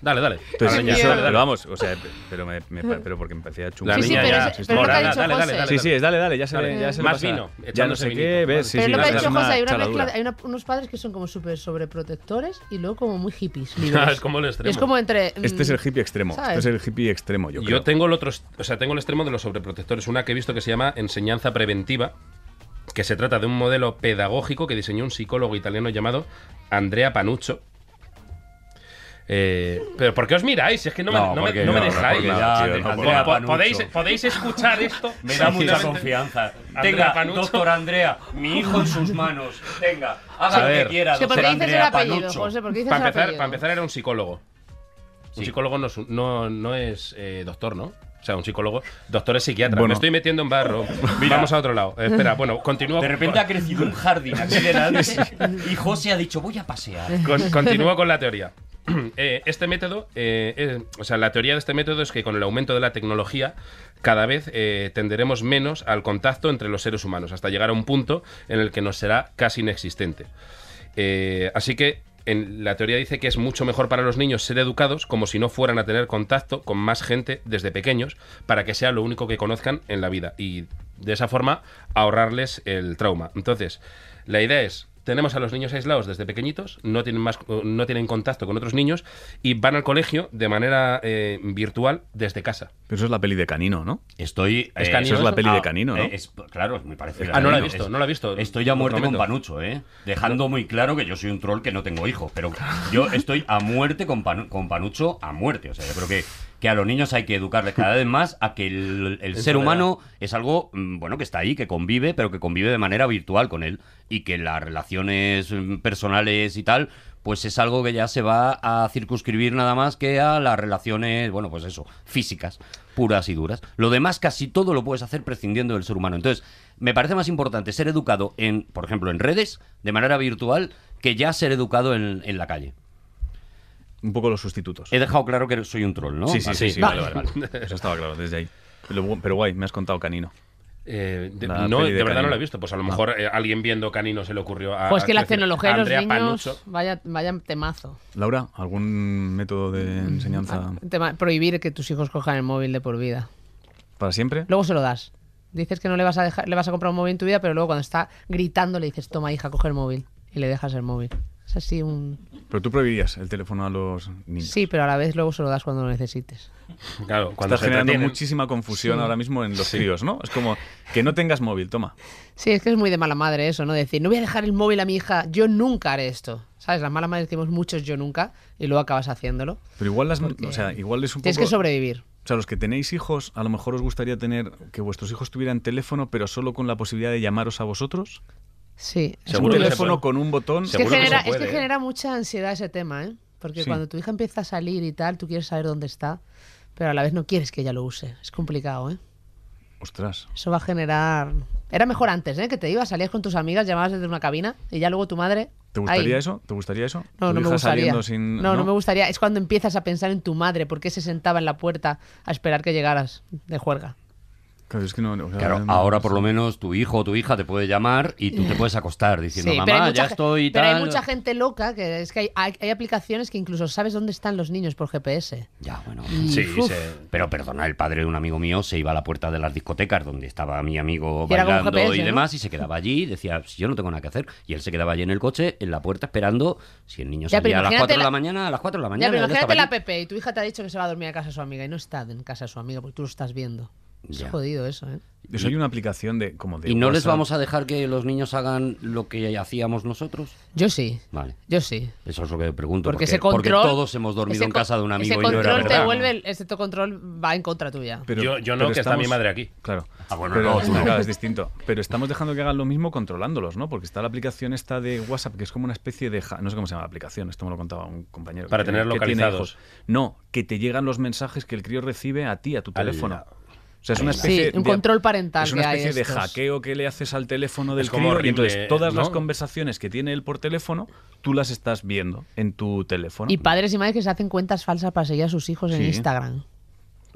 Dale, dale. Entonces, La niña, eso- dale, dale. pero vamos, o sea, pero, me, me pa- pero porque me parecía chungo. La Sí, sí, niña pero ya, es- pero es lo que ha Dale, dicho dale, dale, José. dale, Sí, sí, dale. es dale, dale, ya se, Dale. le- ya se le Más pasa. vino, ya echándose no sé vinito, qué, vale. ves, pero sí, es sí, lo que la- ha dicho es una José, hay, una chaladura. mezcla- hay una- unos padres que son como súper sobreprotectores y luego como muy hippies. Ah, libres. es como el extremo. Es como entre. mm, Este es el hippie extremo, ¿sabes? este es el hippie extremo, yo Yo, creo. tengo el otro, est- o sea, tengo el extremo de los sobreprotectores, una que he visto que se llama enseñanza preventiva, que se trata de un modelo pedagógico que diseñó un psicólogo italiano llamado Andrea Panuccio. Eh, pero ¿por qué os miráis? Es que no, me- No, no me, porque no me no, no, dejáis. porque ya, Po- tío, no, po- porque po- Panucho. podéis, podéis escuchar esto. Me da mucha Seguramente- confianza. Andrea Tenga, Panucho. doctor Andrea, mi hijo en sus manos. Tenga, haga A lo que ver. quiera, Es que ¿por doctor qué dices el Andrea apellido, Panucho. José? ¿Por qué dices Para el empezar, apellido? para empezar era un psicólogo. Sí. Un psicólogo no, es un- no, no es eh, doctor, ¿no? O sea, un psicólogo, doctor es psiquiatra. Bueno. Me estoy metiendo en barro. Vamos a otro lado. Eh, espera, bueno, continúo. De repente ha crecido un jardín aquí delante y José ha dicho, voy a pasear. Con- continúo con la teoría. Eh, este método, eh, es- o sea, la teoría de este método es que con el aumento de la tecnología cada vez eh, tenderemos menos al contacto entre los seres humanos, hasta llegar a un punto en el que nos será casi inexistente. Eh, así que en la teoría dice que es mucho mejor para los niños ser educados como si no fueran a tener contacto con más gente desde pequeños para que sea lo único que conozcan en la vida y de esa forma ahorrarles el trauma. Entonces, la idea es, tenemos a los niños aislados desde pequeñitos, no tienen, más, eh, no tienen contacto con otros niños y van al colegio de manera eh, virtual desde casa. Pero eso es la peli de Canino, ¿no? Estoy. Es eh, Canino, Eso es la eso. peli de Canino, ¿no? eh, es- claro, es muy parecido. Ah, no la he Canino. visto, Es- no la he visto. Estoy ya a Lo muerte con prometo. Panucho, ¿eh? Dejando muy claro que yo soy un troll que no tengo hijos, pero yo estoy a muerte con, Panu- con Panucho, a muerte. O sea, yo creo que, que a los niños hay que educarles cada vez más a que el, el Es ser verdad. humano es algo, mm, bueno, que está ahí, que convive, pero que convive de manera virtual con él y que las relaciones mm, personales y tal, pues es algo que ya se va a circunscribir nada más que a las relaciones, bueno, pues eso, físicas, puras y duras. Lo demás casi todo lo puedes hacer prescindiendo del ser humano. Entonces, me parece más importante ser educado en, por ejemplo, en redes, de manera virtual, que ya ser educado en, en la calle. Un poco los sustitutos. He dejado claro que soy un troll, ¿no? Sí, sí, Así. Ah, sí, sí, vale, vale, vale. Eso estaba claro desde ahí. Lo bu- Pero guay, me has contado Canino. Eh, de, La no, peli de de verdad no Canino. Ah. la he visto. Pues a lo mejor eh, alguien viendo Canino se le ocurrió a. Pues que la quiero decir, tecnología de los Andrea niños, Panuccio. vaya, vaya temazo. Ah, Laura, ¿algún método de enseñanza Tema- prohibir que tus hijos cojan el móvil de por vida. para siempre? Luego se lo das. Dices que no le vas a dejar, le vas a comprar un móvil en tu vida, pero luego cuando está gritando le dices, toma hija, coge el móvil. Y le dejas el móvil. Es así un... Pero tú prohibirías el teléfono a los niños. Sí, pero a la vez luego se lo das cuando lo necesites. Claro, cuando Estás se generando entretienen- muchísima confusión ahora mismo en los críos, ¿no? Es como que no tengas móvil, toma. Sí, es que es muy de mala madre eso, ¿no? Decir, no voy a dejar el móvil a mi hija, yo nunca haré esto. ¿Sabes? Las malas madres decimos muchos yo nunca y luego acabas haciéndolo. Pero igual las, o sea, igual es un Tienes poco- que sobrevivir. O sea, los que tenéis hijos, a lo mejor os gustaría tener que vuestros hijos tuvieran teléfono, pero solo con la posibilidad de llamaros a vosotros. Sí. es Seguro un que se teléfono puede. con un botón. Es que, Seguro que genera, se puede, es que ¿eh? genera mucha ansiedad ese tema, ¿eh? Porque Sí. cuando tu hija empieza a salir y tal, tú quieres saber dónde está, pero a la vez no quieres que ella lo use. Es complicado, ¿eh? Ostras. Eso va a generar... Era mejor antes, ¿eh? Que te ibas, salías con tus amigas, llamabas desde una cabina y ya luego tu madre... ¿Te gustaría ahí. eso? ¿Te gustaría eso? No, no ¿Tu me hija gustaría. saliendo sin- no, no, me gustaría. Es cuando empiezas a pensar en tu madre, por qué se sentaba en la puerta a esperar que llegaras de juerga. Claro, es que no- o sea, Claro, Ah, no- ahora por lo menos tu hijo o tu hija te puede llamar y tú te puedes acostar diciendo, Sí, pero hay mamá, mucha ya ge- estoy y Pero tal. hay mucha gente loca que es que hay, hay- hay aplicaciones que incluso sabes dónde están los niños por GPS. Ya, bueno. Y, Sí, uf, se- Pero perdona, el padre de un amigo mío se iba a la puerta de las discotecas donde estaba mi amigo Y era como un bailando GPS, y ¿no? demás y se quedaba allí y decía, "Si yo no tengo nada que hacer. Y él se quedaba allí en el coche, en la puerta, esperando si el niño Ya, pero salía a las 4 de imagínate la... la- mañana, a las 4 de la mañana. Ya, pero él estaba imagínate la allí. PP y tu hija te ha dicho que se va a dormir a casa de su amiga y no está en casa de su amiga porque tú lo estás viendo. Es Ya. jodido eso, ¿eh? Yo soy una aplicación de como de ¿Y Pues no les WhatsApp. vamos a dejar que los niños hagan lo que hacíamos nosotros? Yo sí, Vale. yo sí. Eso es lo que pregunto. Porque, ese control. todos hemos dormido ese en con- casa de un ese amigo y no era control te verdad. vuelve, el- ese control va en contra tuya. Pero- Yo- yo no, pero que está mi madre aquí. Claro. Ah, bueno, Pero- no, tú no. claro, es distinto. Pero estamos dejando que hagan lo mismo controlándolos, ¿no? Porque está la aplicación esta de WhatsApp, que es como una especie de... ja- No sé cómo se llama la aplicación, esto me lo contaba un compañero. Para que- tener que tiene localizados. hijos. No, que te llegan los mensajes que el crío recibe a ti, a tu Al- teléfono. O sea, es Ala. una especie Sí, un de- control parental Es una que hay especie de estos. hackeo que le haces al teléfono del Es como crío. y horrible, entonces todas las ¿no? conversaciones que tiene él por teléfono, tú las estás viendo en tu teléfono. Y padres y madres que se hacen cuentas falsas para seguir a sus hijos en Sí. Instagram.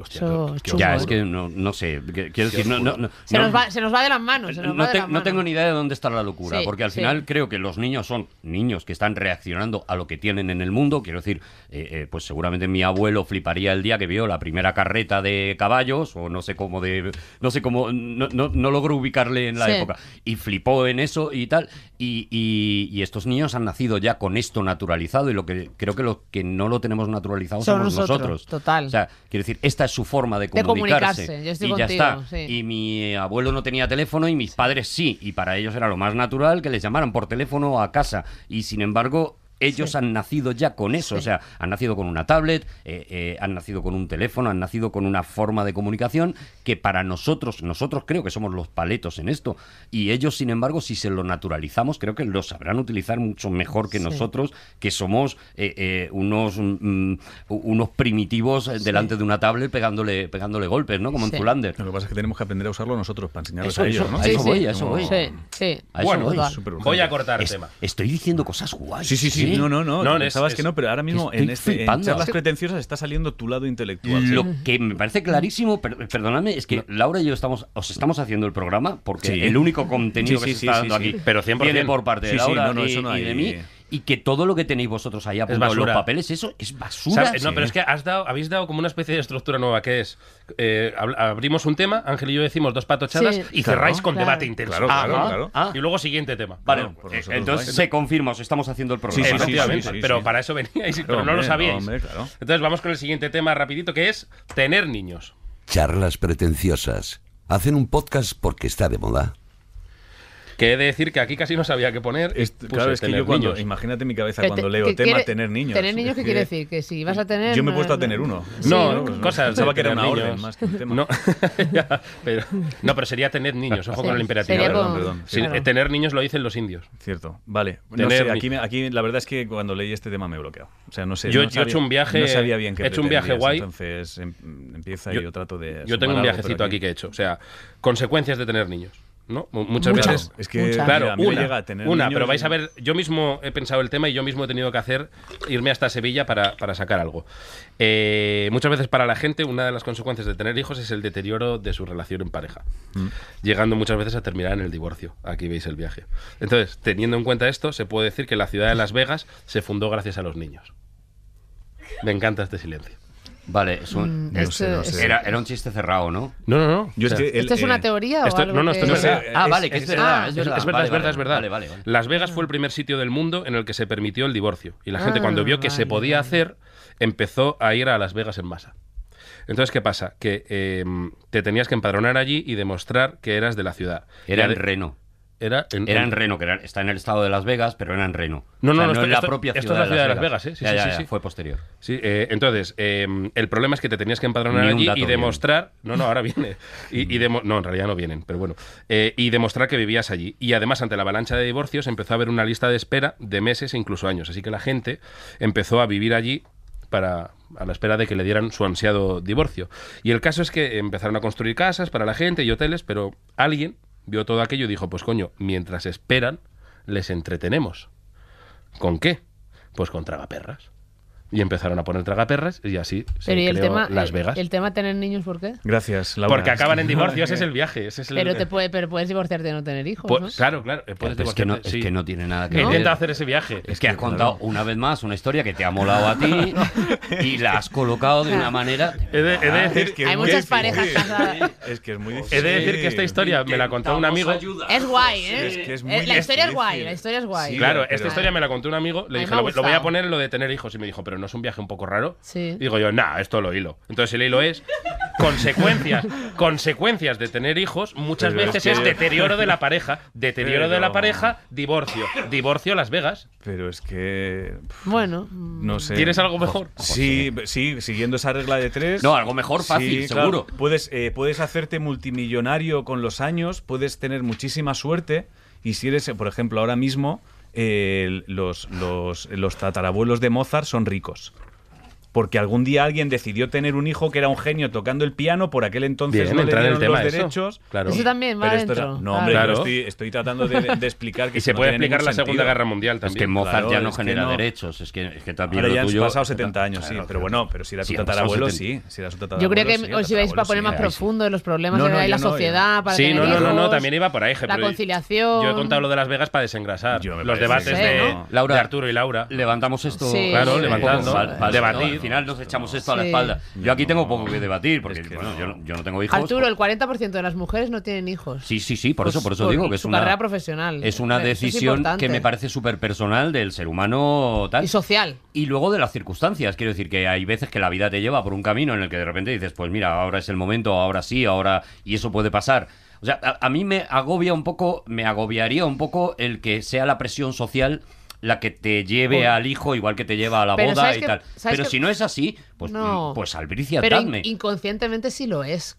Hostia, Eso qué- es qué chungo, Ya, ¿eh? es que no, no sé. que- Quiero decir, no, no, no- Se, no- nos va, se nos va de las manos. se nos Pues no, va de te- las no manos. tengo ni idea de dónde está la locura, Sí, porque al sí. final creo que los niños son niños que están reaccionando a lo que tienen en el mundo. Quiero decir, eh, eh, pues seguramente mi abuelo fliparía el día que vio la primera carreta de caballos, o no sé cómo de. No sé cómo. No, no, no logro ubicarle en la Sí. época. Y flipó en eso y tal. Y, y- y estos niños han nacido ya con esto naturalizado, y lo que creo que lo que no lo tenemos naturalizado Son somos nosotros, nosotros. total. O sea, quiero decir, esta es su forma de De comunicarse. comunicarse, yo estoy y contigo, ya está. sí. Y mi abuelo no tenía teléfono y mis padres sí, y para ellos era lo más natural que les llamaran por teléfono a casa. Y sin embargo, ellos han nacido ya con eso. O sea, han nacido con una tablet, eh, eh, han nacido con un teléfono, han nacido con una forma de comunicación que para nosotros, nosotros creo que somos los paletos en esto. Y ellos, sin embargo, si se lo naturalizamos, creo que lo sabrán utilizar mucho mejor que Sí. nosotros, que somos eh, eh, unos, mm, unos primitivos eh, delante de una tablet pegándole, pegándole golpes, ¿no? Como Sí. en Zulander. Lo que pasa es que tenemos que aprender a usarlo nosotros para enseñarles Eso, a ellos, eso, ¿no? a eso Como- voy, a eso voy. Sí, sí. A eso Bueno, voy. total. súper urgente. Voy a cortar Es- tema. estoy diciendo cosas guays. ¿eh? Sí, sí, sí, No, no, no. No, No, es- pensabas es- que no, pero ahora mismo estoy en, este, en flipando. charlas Es que- pretenciosas está saliendo tu lado intelectual. Lo que me parece clarísimo, per- perdonadme, es que Laura y yo estamos, os estamos haciendo el programa porque Sí. el único contenido Sí, que sí, se sí, está sí, dando sí. aquí Pero 100%. viene por parte de Sí, sí, Laura no, no, y, eso no y de hay- mí y que todo lo que tenéis vosotros ahí apuntado en los basura. papeles, eso es basura. ¿Sabes? No, pero es que has dado, habéis dado como una especie de estructura nueva que es eh, habl- abrimos un tema, Ángel y yo decimos dos patochadas Sí. y Claro, cerráis con claro. debate intenso. Claro, claro, Ajá. claro. Ah. Y luego siguiente tema. Vale, Bueno, por eh, vosotros, entonces guay. se confirma, os estamos haciendo el programa. Sí, sí, ¿no? sí, Efectivamente, sí, pero sí. para eso veníais, pero no lo hombre, sabíais. hombre, claro. Entonces vamos con el siguiente tema rapidito que es tener niños. Charlas pretenciosas. Hacen un podcast porque está de moda. Que he de decir que aquí casi no sabía qué poner. Es- Puse claro, es que tener yo cuando, niños. imagínate mi cabeza Que te- cuando leo que tema quiere- tener niños. ¿Tener niños qué quiere decir? Que si vas a tener. Yo me he no- puesto a no- tener uno. No, Sí, ¿no? cosas. de Pensaba que era tener una orden niños. más que un tema. No, Ya, pero, no, pero sería tener niños, ojo Sí, con el imperativo. sería ¿verdad? como- Perdón, Sí, claro. eh, Tener niños lo dicen los indios. Cierto, vale. No Tener sé, ni- aquí, me- aquí la verdad es que cuando leí este tema me he bloqueado. O sea, no sé. Yo- no yo he sabía- hecho un viaje- No sabía bien qué he hecho un viaje pretendías, guay. Entonces em- empieza y Yo- yo trato de. Yo sumar tengo un algo, pero viajecito aquí que he hecho. O sea, consecuencias de tener niños. ¿no? Mu- Muchas Muchas. veces. Es que. Muchas. Claro, mira, a mí me una, llega a tener una niños pero vais y- a ver, yo mismo he pensado el tema y yo mismo he tenido que hacer irme hasta Sevilla para, para sacar algo. Eh, muchas veces para la gente una de las consecuencias de tener hijos es el deterioro de su relación en pareja, Mm. llegando muchas veces a terminar en el divorcio. Aquí veis el viaje. Entonces, teniendo en cuenta esto, se puede decir que la ciudad de Las Vegas se fundó gracias a los niños. Me encanta este silencio. Vale, es un- Mm, esto sé, no es- sé. era, era un chiste cerrado, ¿no? No, no, no. Yo O es sea, que. el- ¿Esto es eh, una teoría esto- o algo? no, no, esto que- no No es- sé, verdad. Ah, es- vale, que es, ah, verdad, es Es, verdad. es verdad, vale, es verdad, vale, es verdad. Vale, vale, vale. Las Vegas fue el primer sitio del mundo en el que se permitió el divorcio. Y la gente Ah, cuando vio que se vale, podía vale. hacer, empezó a ir a Las Vegas en masa. Entonces, ¿qué pasa? Que eh, te tenías que empadronar allí y demostrar que eras de la ciudad. Era Y ade- en Reno. Era en, Era en Reno, que era- está en el estado de Las Vegas, pero era en Reno. No, no, no, O sea, no, esto- es la esto- propia esto es ciudad la de ciudad de Las Las Vegas, Vegas, ¿eh? Sí, Ya, sí, ya, sí, ya, sí. Fue posterior. Sí, eh, entonces, eh, el problema es que te tenías que empadronar Ni un allí dato y viene. demostrar. No, no, ahora viene. Y, y demo- no, en realidad no vienen, pero bueno. Eh, y demostrar que vivías allí. Y además, ante la avalancha de divorcios, empezó a haber una lista de espera de meses e incluso años. Así que la gente empezó a vivir allí para a la espera de que le dieran su ansiado divorcio. Y el caso es que empezaron a construir casas para la gente y hoteles, pero alguien vio todo aquello y dijo, pues coño, mientras esperan, les entretenemos. ¿Con qué? Pues con tragaperras. Y empezaron a poner tragaperras y así se Pero ¿y el creó tema, Las el- Vegas. El, tema tener niños, ¿por qué? Gracias, Laura. Porque acaban en divorcio, ese es el viaje. Ese es el- Pero, te puede, pero puedes divorciarte de no tener hijos. Eh, Pues, ¿no? Claro, claro. eh, Puedes Pero es, que no, divorciarte, es sí. que no tiene nada que ¿No? ver. Intenta hacer ese viaje. Es que has contado una vez más una historia que te ha molado a ti y la has colocado de una manera. He de, he Ah, de decir, Es que es Hay muy muchas difícil. parejas casadas. Es que es muy he difícil. de decir que esta historia me la contó un amigo. Es guay, ¿eh? Es que es Eh, muy la historia es difícil. guay, la historia es guay. Sí, Claro, pero- esta historia me la contó un amigo. A mí Le dije, me ha lo, lo voy a gustado. poner en lo de tener hijos. Y me dijo, pero no es un viaje un poco raro. Sí. Y digo yo, nah, esto lo hilo. Entonces el hilo es consecuencias. consecuencias de tener hijos muchas Pero es veces que- es, deterioro de la pareja. Deterioro de la Pero- pareja, divorcio. Divorcio Las Vegas. Pero es que. pff, Bueno, mm, No sé. ¿Tienes algo mejor? Sí, sí, siguiendo esa regla de tres. No, algo mejor fácil, Sí, claro. seguro. Puedes, eh, puedes hacerte multimillonario con los años, puedes tener muchísima suerte y si eres, eh, por ejemplo, ahora mismo eh, los, los, los tatarabuelos de Mozart son ricos. Porque algún día alguien decidió tener un hijo que era un genio tocando el piano, por aquel entonces Bien, no le entrar en el dieron los tema eso. derechos. Claro. Eso también va Pero esto es- dentro. no, hombre, yo Claro. estoy, estoy tratando de, de explicar que Y eso se no puede tiene ningún explicar la Segunda sentido. Guerra Mundial Es que también. Mozart Claro, ya no es que genera no. derechos. Es que, es que también Ahora lo ya han tuyo- pasado 70 años, sí, Claro, pero claro. bueno, pero si era tu Sí, han pasado tatarabuelo, 70. sí. Si era su yo tatarabuelo, creo que sí, era os ibais para tatarabuelo, poner sí. más ahí sí. profundo de los problemas No, de no, la, ya la no, ya sociedad, para Sí, tener no, no, no, no, hijos, también iba por ahí. La pero conciliación. Yo he contado lo de Las Vegas para desengrasar. Yo me Los parece debates que de, no. de Laura, Arturo y Laura. Levantamos esto. Sí. Claro, levantando, Vale, vale, debatir. ¿no? Al final nos echamos esto a la Sí. espalda. Yo aquí tengo poco que debatir, porque Es que bueno, no. yo, no, yo no tengo hijos. Arturo, el 40% de las mujeres no tienen hijos. Sí, sí, sí, por Pues eso, por eso por digo que es su una carrera profesional. Es Eh, una Eso es decisión importante. que me parece súper personal del ser humano tal. Y social. Y luego de las circunstancias, quiero decir que hay veces que la vida te lleva por un camino en el que de repente dices, pues mira, ahora es el momento, ahora sí, ahora y eso puede pasar. O sea, a, a mí me agobia un poco, me agobiaría un poco el que sea la presión social la que te lleve Uy. al hijo igual que te lleva a la Pero boda ¿sabes y que- tal. sabes Pero que- si no es así, pues, No. pues albricias Pero in- dadme. inconscientemente sí lo es.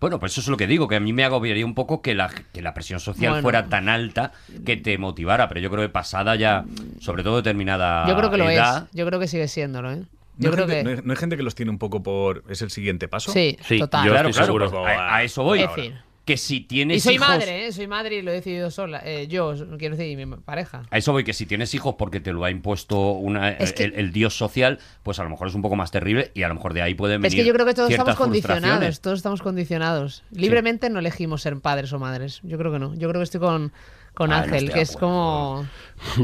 Bueno, pues eso es lo que digo, que a mí me agobiaría un poco que la, que la presión social Bueno. fuera tan alta que te motivara, pero yo creo que pasada ya, sobre todo determinada Yo creo que lo edad, es. Yo creo que sigue siéndolo, ¿eh. No Yo hay creo gente- no que. hay- no hay gente que los tiene un poco por. ¿Es el siguiente paso? Sí, Sí, total. yo claro, estoy claro, seguro. pues, a, a eso voy. Es decir. Que si tienes Y soy hijos- madre, ¿eh? Soy madre y lo he decidido sola. Eh, yo, quiero decir, y mi pareja. A eso voy, que si tienes hijos porque te lo ha impuesto una, Es que- el, el dios social, pues a lo mejor es un poco más terrible y a lo mejor de ahí pueden Es venir que yo creo que todos ciertas estamos condicionados, frustraciones. todos estamos condicionados. Libremente no elegimos ser padres o madres. Yo creo que no. Yo creo que estoy con, con Ah, no Ángel, estoy de que es como... acuerdo.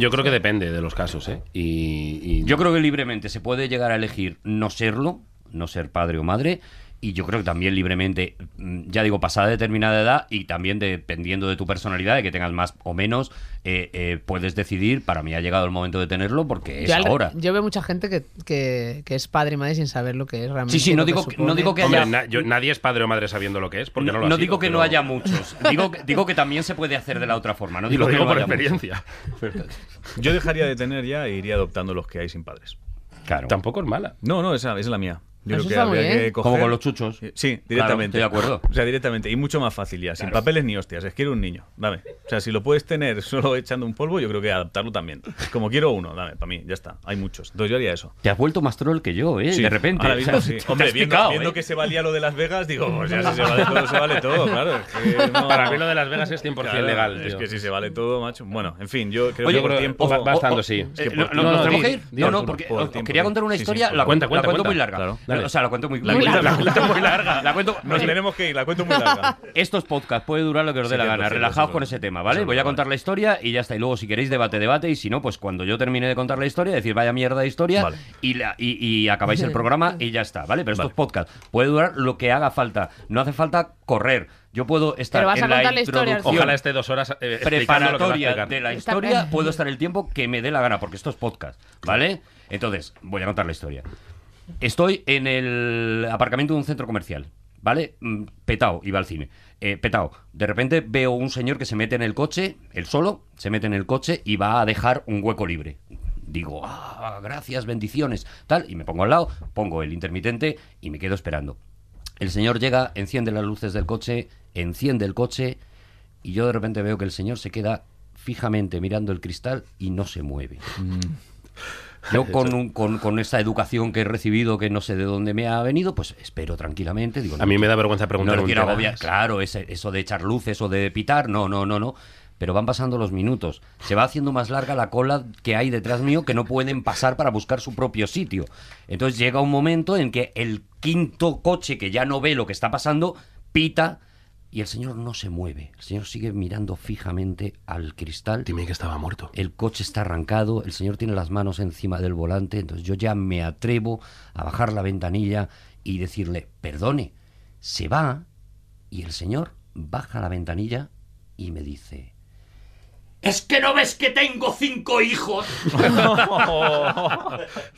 Yo creo que depende de los casos, ¿eh? Y, y- Yo creo que libremente se puede llegar a elegir no serlo, no ser padre o madre, y yo creo que también libremente, mm, ya digo, pasada determinada edad y también dependiendo de tu personalidad, de que tengas más o menos, eh, eh, puedes decidir, para mí ha llegado el momento de tenerlo porque es yo, al- ahora. yo veo mucha gente que, que- que es padre y madre sin saber lo que es realmente. Sí, sí, no lo que digo que- no supone. digo que- Hombre, haya- na- yo- nadie es padre o madre sabiendo lo que es, porque no, no lo ha sido, digo que pero- no haya muchos, digo, digo que también se puede hacer de la otra forma, no Y digo, lo digo que no por haya muchos. experiencia. Yo dejaría de tener ya e iría adoptando los que hay sin padres. Claro. Tampoco es mala. No, no, esa, esa es la mía. Yo Eso creo que está muy habría bien. que coger. Eh, Como con los chuchos. Sí, Claro, directamente. estoy de acuerdo. O sea, directamente. Y mucho más fácil ya. Sin papeles ni hostias. Es quiero un niño. Dame. O sea, si lo puedes tener solo echando un polvo, yo creo que adaptarlo también. Como quiero uno, dame. Para mí, ya está. Hay muchos. Entonces yo haría eso. Te has vuelto más troll que yo, ¿eh? Sí, de repente. ahora mismo O sea, sí. te has Hombre, viendo, picado, viendo ¿eh? que se valía lo de Las Vegas, digo, pues ya si se vale todo, se vale todo, claro. es que no- Para mí lo de Las Vegas es 100% Claro, legal. Es tío. que si se vale todo, macho. Bueno, en fin, yo creo Oye, que por pero- tiempo. va- va estando, o- sí. eh, que no, por tiempo- no, ¿nos tenemos di- que ir? di no, al no, turno. porque Por os tiempo, quería contar una sí, sí, historia. por la, cuenta, cuento- cuenta, la cuento muy cuenta. larga. Claro. La- Dale. o sea, la cuento muy, La muy cuenta, larga. la cuenta muy larga. La cuento. Nos eh, tenemos que ir, la cuento muy larga. Estos podcasts puede durar lo que os dé Sí, la cierto, gana. cierto, Relajaos cierto. con ese tema, ¿vale? Eso, Voy a vale. contar la historia y ya está. Y luego, si queréis, debate, debate. Y si no, pues cuando yo termine de contar la historia, decir vaya mierda de historia Vale. y, la- y- y acabáis el programa y ya está, ¿vale? Pero estos podcasts puede durar lo que haga falta. No hace falta correr. Yo puedo estar Pero vas a en la contar la historia, introducción Ojalá esté dos horas eh, explicando lo que va a preparatoria explicar. de la Está historia, bien. puedo estar el tiempo que me dé la gana, porque esto es podcast, ¿vale? Entonces, voy a contar la historia. Estoy en el aparcamiento de un centro comercial, ¿vale? Mm, Petao, iba al cine. Eh, petao. De repente veo un señor que se mete en el coche, él solo, se mete en el coche y va a dejar un hueco libre. Digo, ah, gracias, bendiciones, tal, y me pongo al lado, pongo el intermitente y me quedo esperando. El señor llega, enciende las luces del coche, enciende el coche y yo de repente veo que el señor se queda fijamente mirando el cristal y no se mueve. Yo con, un- con, con esta educación que he recibido, que no sé de dónde me ha venido, pues espero tranquilamente. Digo, A mí me da vergüenza no preguntar lo un quiero tema. agobiar. Claro, ese- eso de echar luces o de pitar, no, no, no, no. Pero van pasando los minutos. Se va haciendo más larga la cola que hay detrás mío que no pueden pasar para buscar su propio sitio. Entonces llega un momento en que el quinto coche que ya no ve lo que está pasando pita y el señor no se mueve. El señor sigue mirando fijamente al cristal. Dime que estaba muerto. El coche está arrancado, el señor tiene las manos encima del volante, entonces yo ya me atrevo a bajar la ventanilla y decirle, perdone, se va. Y el señor baja la ventanilla y me dice, ¿es que no ves que tengo cinco hijos?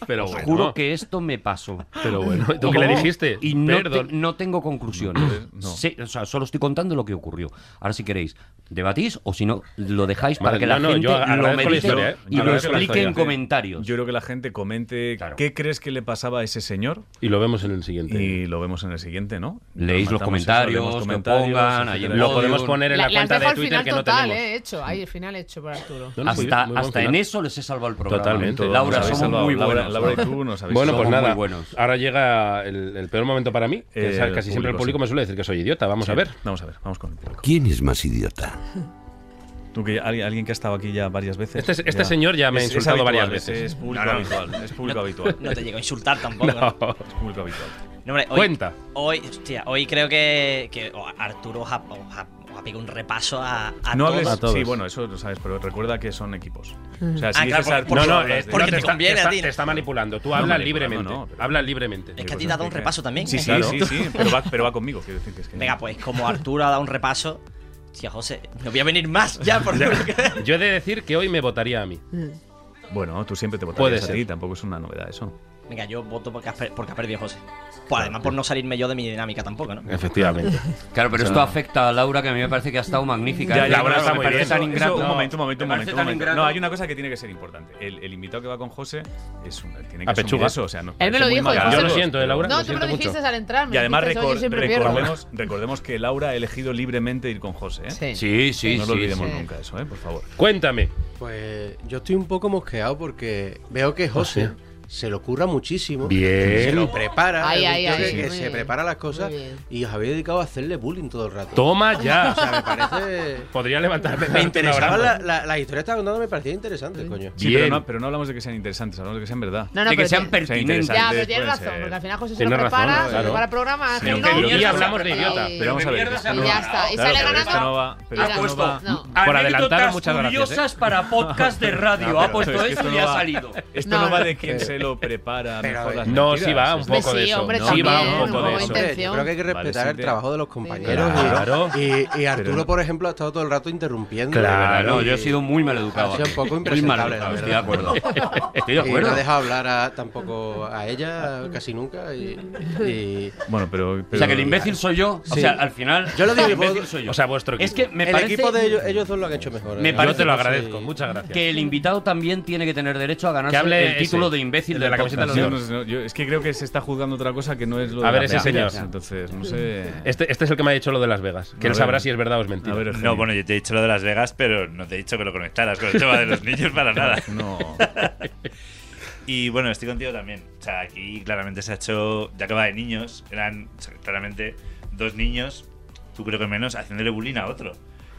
Pero Os bueno. juro que esto me pasó. Pero bueno, ¿tú qué le dijiste? Y no, te- Perdón. no tengo conclusiones. Sé- o sea, solo estoy contando lo que ocurrió. Ahora, si queréis, debatís o si no, lo dejáis para Vale, que no, la no, gente yo agradezco lo la medite historia, ¿eh? y lo Agradezco la explique en historia. comentarios. Yo creo que la gente comente Claro. qué crees que le pasaba a ese señor Y lo vemos en el siguiente. y lo vemos en el siguiente, ¿no? Leéis Rematamos los eso, comentarios, leemos que comentarios, pongan, ahí en etcétera. el Lo podemos Audio. poner en la, La- las cuenta dejo de al Twitter final que no total, tenemos. ¿eh? Hecho, ahí el final hecho por Arturo. No, no, muy bien, hasta muy buen hasta en final. eso les he salvado el programa. Totalmente. Laura, Nos habéis somos salvado, muy Laura- buenos. Laura y tú nos habéis Bueno, salvado. pues Somos nada. muy buenos. Ahora llega el, el peor momento para mí. que Eh, es- el casi siempre el público, público sí. me suele decir que soy idiota. Vamos a Sí, ver. Vamos a ver, vamos con el público. ¿Quién es más idiota? Tú que alguien, alguien que ha estado aquí ya varias veces. Este- este señor ya me ha insultado habitual, varias es- veces. Es público habitual. Es público habitual. No te llego a insultar tampoco. No. ¿no? Es público habitual. No, hombre, hoy, Cuenta. Hoy, hostia, hoy creo que, que oh, Arturo os ha, os ha- os ha pegado un repaso a, a No todos. hables. A todos. Sí, bueno, eso lo sabes, pero recuerda que son equipos. O sea, si Ah, claro, dices por- Arturo, por- No, no, hablas eh, de- porque no, te te, está, conviene te a está- ti, ¿no? te está manipulando. Tú No, habla manipulando, libremente. no, pero- Habla libremente. Es que a pues ti te ha dado un repaso también. Sí, ¿eh? sí, Claro. sí, sí, pero va, pero va conmigo, quiero decir que es que. Venga, pues como Arturo ha dado un repaso, hostia, José, no voy a venir más ya por lo que- Yo he de decir que hoy me votaría a mí. Bueno, tú siempre te votarías Puede a ser. ti, tampoco es una novedad eso. Venga, yo voto porque ha, per- porque ha perdido José. Pues además por no salirme yo de mi dinámica tampoco, ¿no? Efectivamente. Claro, pero esto afecta a Laura, que a mí me parece que ha estado magnífica. ¿eh? Ya, ya, claro, Laura me está muy parece bien. tan Eso- ingrato. un momento, un momento, un Me parece momento. tan un momento. ingrato. No, hay una cosa que tiene que ser importante. El, el invitado que va con José es un, tiene que A asumir pechuga. eso. O sea, nos Él me parece lo muy dijo, mal. y José- Yo lo siento, eh, Laura. No, lo tú me siento lo dijiste mucho. al entrar. Me Y además dijiste, "Oye, recor- yo siempre pierdo". recordemos, recordemos que Laura ha elegido libremente ir con José. ¿eh? Sí. Sí, sí, no sí. lo olvidemos sí. nunca eso, ¿eh? por favor. Cuéntame. Pues yo estoy un poco mosqueado porque veo que José ¿Ah, se lo curra muchísimo. Bien. Se lo prepara. Ay, me ay, gusta ay, que- que muy se bien. prepara las cosas. Muy bien. Y os habéis dedicado a hacerle bullying todo el rato. Toma ya. O sea, me parece. Podría levantarme. Me interesaba ahora. la, la, la historia que estaba contando, me parecía interesante, coño. Sí, pero Bien. no, pero no hablamos de que sean interesantes, hablamos de que sean verdad. No, no, de que pero tiene- sean pertinentes. interesante. Ya, pero tienes puede razón, ser. porque al final José se lo Tienes razón, prepara, se claro. prepara programa, Sí, Ángel pero no. que Y hablamos de Y- idiota. y- Pero vamos a ver. que esta y no ya va- está. Y claro, sale pero esta ganando. no va- pero Mira, esta no va- no. Por adelantado, Anécdotas muchas gracias. ¿eh? curiosas para podcast de radio. No, pero ha puesto es que eso esto y no ha va- salido. Esto No, no, va no. de quién se lo prepara Pero, mejor las Eh, No, mentiras. sí va un Esto- poco Sí, de eso. hombre, sí va también, un poco de un eso. momento. Hombre, yo creo que hay que Vale, respetar el sí, te- trabajo de los compañeros. y- Claro. Y, y Arturo, Pero- por ejemplo, ha estado todo el rato interrumpiendo. Claro, Y- yo he sido muy mal educado. Ha sido un poco Muy mal impresentable, educado, la estoy de acuerdo. Estoy de Y no acuerdo. ha dejado hablar a- Ah, tampoco a ella casi nunca. Y, y- Bueno, pero, O sea, pero- que el imbécil soy yo. O Sí. sea, al final. Yo lo digo, el imbécil puedo- soy yo. O sea, vuestro Es equipo. que me el parece equipo de ellos, ellos dos lo han hecho mejor. Me ¿eh? parece- Yo te lo No sé. agradezco. Muchas gracias. que el invitado también tiene que tener derecho a ganarse Que hable el título ese, de imbécil el de de la camiseta Yo no sé, no, yo- es que creo que se está juzgando otra cosa que no es lo A de ver, las ese penas. señor. Entonces, no sé. Este, este es el que me ha dicho lo de Las Vegas. Que A él ver. sabrá si es verdad o es A mentira. ver, Eugenio. No, bueno, yo te he dicho lo de Las Vegas, pero no te he dicho que lo conectaras con el tema de los niños para nada. No. Y bueno, estoy contigo también. O sea, aquí claramente se ha hecho, ya que va de niños, eran o sea, claramente dos niños, tú creo que menos, haciéndole bullying a otro.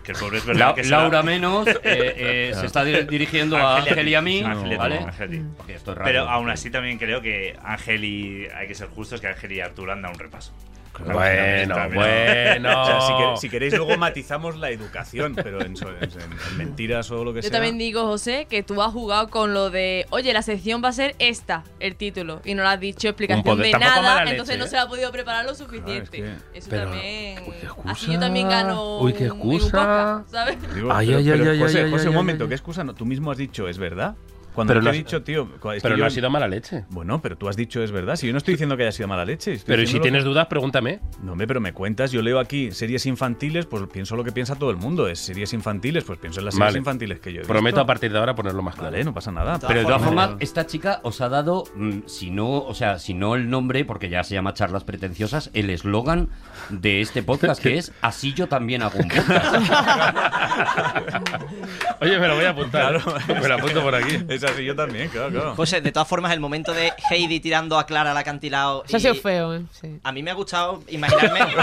Que pues, el pobre es verdad La- que se lo- Laura menos eh, eh, se está dir- dirigiendo a Ángel Ángel y a mí, Ángel y a ti, ¿vale? Ángel y a ti. Porque esto es raro. Pero aún así también creo que Ángel y hay que ser justos que Ángel y Arturo han dado un repaso. Bueno, También. bueno. O sea, si, quer- si queréis, luego matizamos la educación, pero en, so- en- en mentiras o lo que Yo sea. también digo, José, que tú has jugado con lo de, oye, la sección va a ser esta, el título, y no le has dicho explicación poder- de tampoco nada, mala entonces leche, no ¿eh? se la ha podido preparar lo suficiente. Claro, es Eso Pero- también. Uy, qué Así yo también excusa. gano. Uy, qué un- un excusa. podcast, ¿sabes? Digo, Ay, pero- ay, pero, ay, José, ay, José, ay, un ay, momento, ay. ¿qué excusa? No, tú mismo has dicho, ¿es verdad? Cuando Pero te no he has- dicho, tío. es que Pero yo- no ha sido mala leche. Bueno, pero tú has dicho, es verdad. Si yo no estoy diciendo que haya sido mala leche. estoy Pero ¿y si diciendo lo tienes dudas, pregúntame. que- No, hombre, pero me cuentas, yo leo aquí series infantiles, pues pienso lo que piensa todo el mundo. Es series infantiles, pues pienso en las series Vale. infantiles que yo he Prometo a visto. partir de ahora ponerlo más claro. Vale, no pasa nada. Pero de todas formas, esta chica os ha dado, mm, si no, o sea, si no el nombre, porque ya se llama Charlas Pretenciosas, el eslogan de este podcast, que es Así yo también hago un podcast. Oye, me lo voy a apuntar. me lo apunto por aquí. Es así, yo también, claro, claro. José, de todas formas, el momento de Heidi tirando a Clara al acantilado. Eso ha y- sido feo, ¿eh? Sí. A mí me ha gustado imaginarme. a, mí,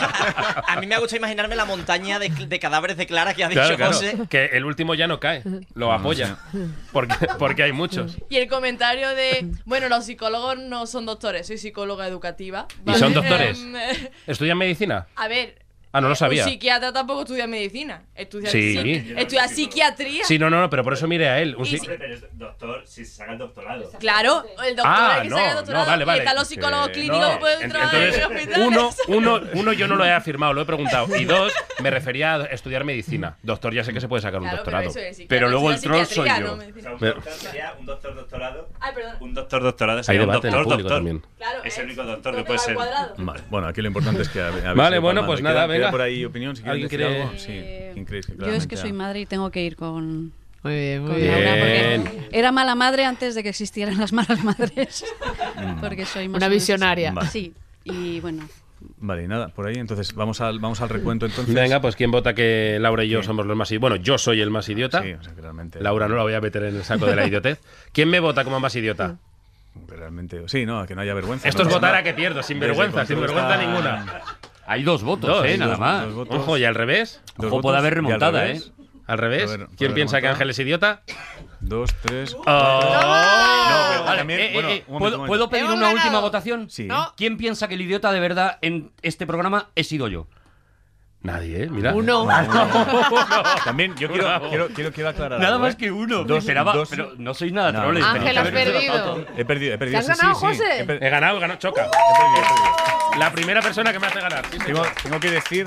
a- a mí me ha gustado imaginarme la montaña de, de cadáveres de Clara que ha dicho Claro, claro. Ah, José. Que el último ya no cae. Lo apoya. Porque, porque hay muchos. Y el comentario de, bueno, los psicólogos no son doctores, soy psicóloga educativa. ¿Y son doctores? Em, eh, ¿Estudian medicina? a ver. Ah, no lo eh, sabía. Un psiquiatra tampoco estudia medicina. Estudia, Sí. psiqui- estudia psiquiatría. Sí, no, no, no, pero por eso mire a él. Un Y si- si- Pero es doctor, si se saca el doctorado. ¿Oh, Claro, el doctor Ah, el que no, saca el no, doctorado, vale, y vale. están los psicólogos Eh, clínicos que pueden en- trabajar en entonces, hospitales. uno, uno, uno yo no lo he afirmado, lo he preguntado. Y dos, me refería a estudiar medicina. Doctor, ya sé que se puede sacar un Claro, doctorado. Pero, eso es, sí, Pero claro, eso luego el es troll soy psiquiatría, yo. no medicina. un Pero- doctor sería un doctor doctorado. Ay, perdón. Un doctor doctorado Hay sería un debate en el doctor público doctor. también. Claro, es el único doctor doctor que puede al ser. cuadrado. Vale, bueno, aquí lo importante es que. habe- habéis Vale, ido bueno, palmando. pues ¿Queda- nada, queda venga. por ahí opinión, si quieres ¿Alguien decir quiere- algo? Sí. ¿Quién creéis que Eh, Yo es claramente que soy ha- madre y tengo que ir con, Muy bien, muy con bien. Laura Bien. porque era mala madre antes de que existieran las malas madres. Porque soy más Una o menos- visionaria. Vale. Sí, y bueno, Vale, nada, por ahí. Entonces, vamos al, vamos al recuento entonces. Venga, pues ¿quién vota que Laura y yo somos los más idiotas? Bueno, yo soy el más idiota. Sí, o sea, que realmente. Laura no la voy a meter en el saco de la idiotez. ¿Quién me vota como más idiota? que realmente. Sí, no, que no haya vergüenza. Esto no es pasa votar nada. a que pierdo, sin Desde vergüenza, el sin control vergüenza está- ninguna. Hay dos votos, Dos, ¿eh? Nada dos, más. dos votos. Ojo, y al revés. Dos Ojo, puede votos haber y al remontada, revés. ¿eh? Al revés. A ver, ¿Quién a piensa que remontar. Ángel es idiota? Dos, tres. Oh. pero Vale, también- eh, eh, bueno, eh, un momento, un ¿puedo, momento. puedo pedir Hemos una ganado. última votación? Sí. No. ¿Quién piensa que el idiota de verdad en este programa he sido yo? Nadie, ¿eh? Mira. Uno. También yo quiero, quiero, quiero, quiero aclarar. Nada algo, más ¿eh? que uno. Dos, Esperaba- dos. pero no sois nada No, troles. no, tenéis Ángel, que has haber- perdido. He perdido, he perdido. has sí, sí, ganado, sí. José? He per- He ganado, he ganado, choca. he perdido, he perdido. La primera persona que me hace ganar. sí, Tengo, señor. tengo que decir,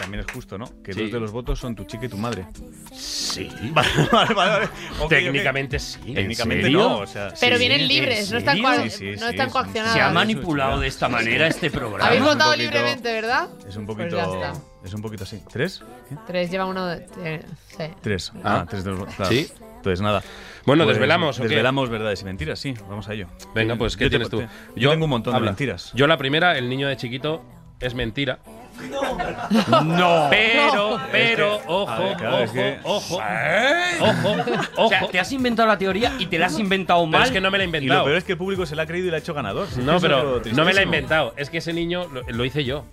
también es justo, ¿no? Que Sí. dos de los votos son tu chica y tu madre. Sí. Técnicamente sí. ¿En Técnicamente serio? no. O sea, Pero sí. vienen libres, no están, serio? coa- Sí, sí, no sí, están coaccionados. Se Ah, ha manipulado de esta manera este programa. Habéis votado Un poquito- libremente, ¿verdad? Es un Pues poquito. ya está. es un poquito así. ¿Tres? ¿Qué? Tres llevan uno de. eh, sí. Tres. Ah. Ah, tres de los votos. claro. Sí. Entonces nada. Pues, Bueno, desvelamos, ¿o qué? Desvelamos verdades y mentiras, sí. Vamos a ello. Venga, pues, ¿qué Yo te- tienes tú? te- Yo tengo un montón habla. de mentiras. Yo la primera, el niño de chiquito, es mentira. No. Pero, No. pero, Es que- ojo, a ver, claro, es ojo, que- ojo. Ojo, ojo. O sea, te has inventado la teoría y te la has inventado mal. Pero es que no me la he Y inventado. lo peor es que el público se la ha creído y la ha hecho ganador. Sí, eso No, es lo pero no me la he tristísimo. inventado. Es que ese niño lo, lo hice yo.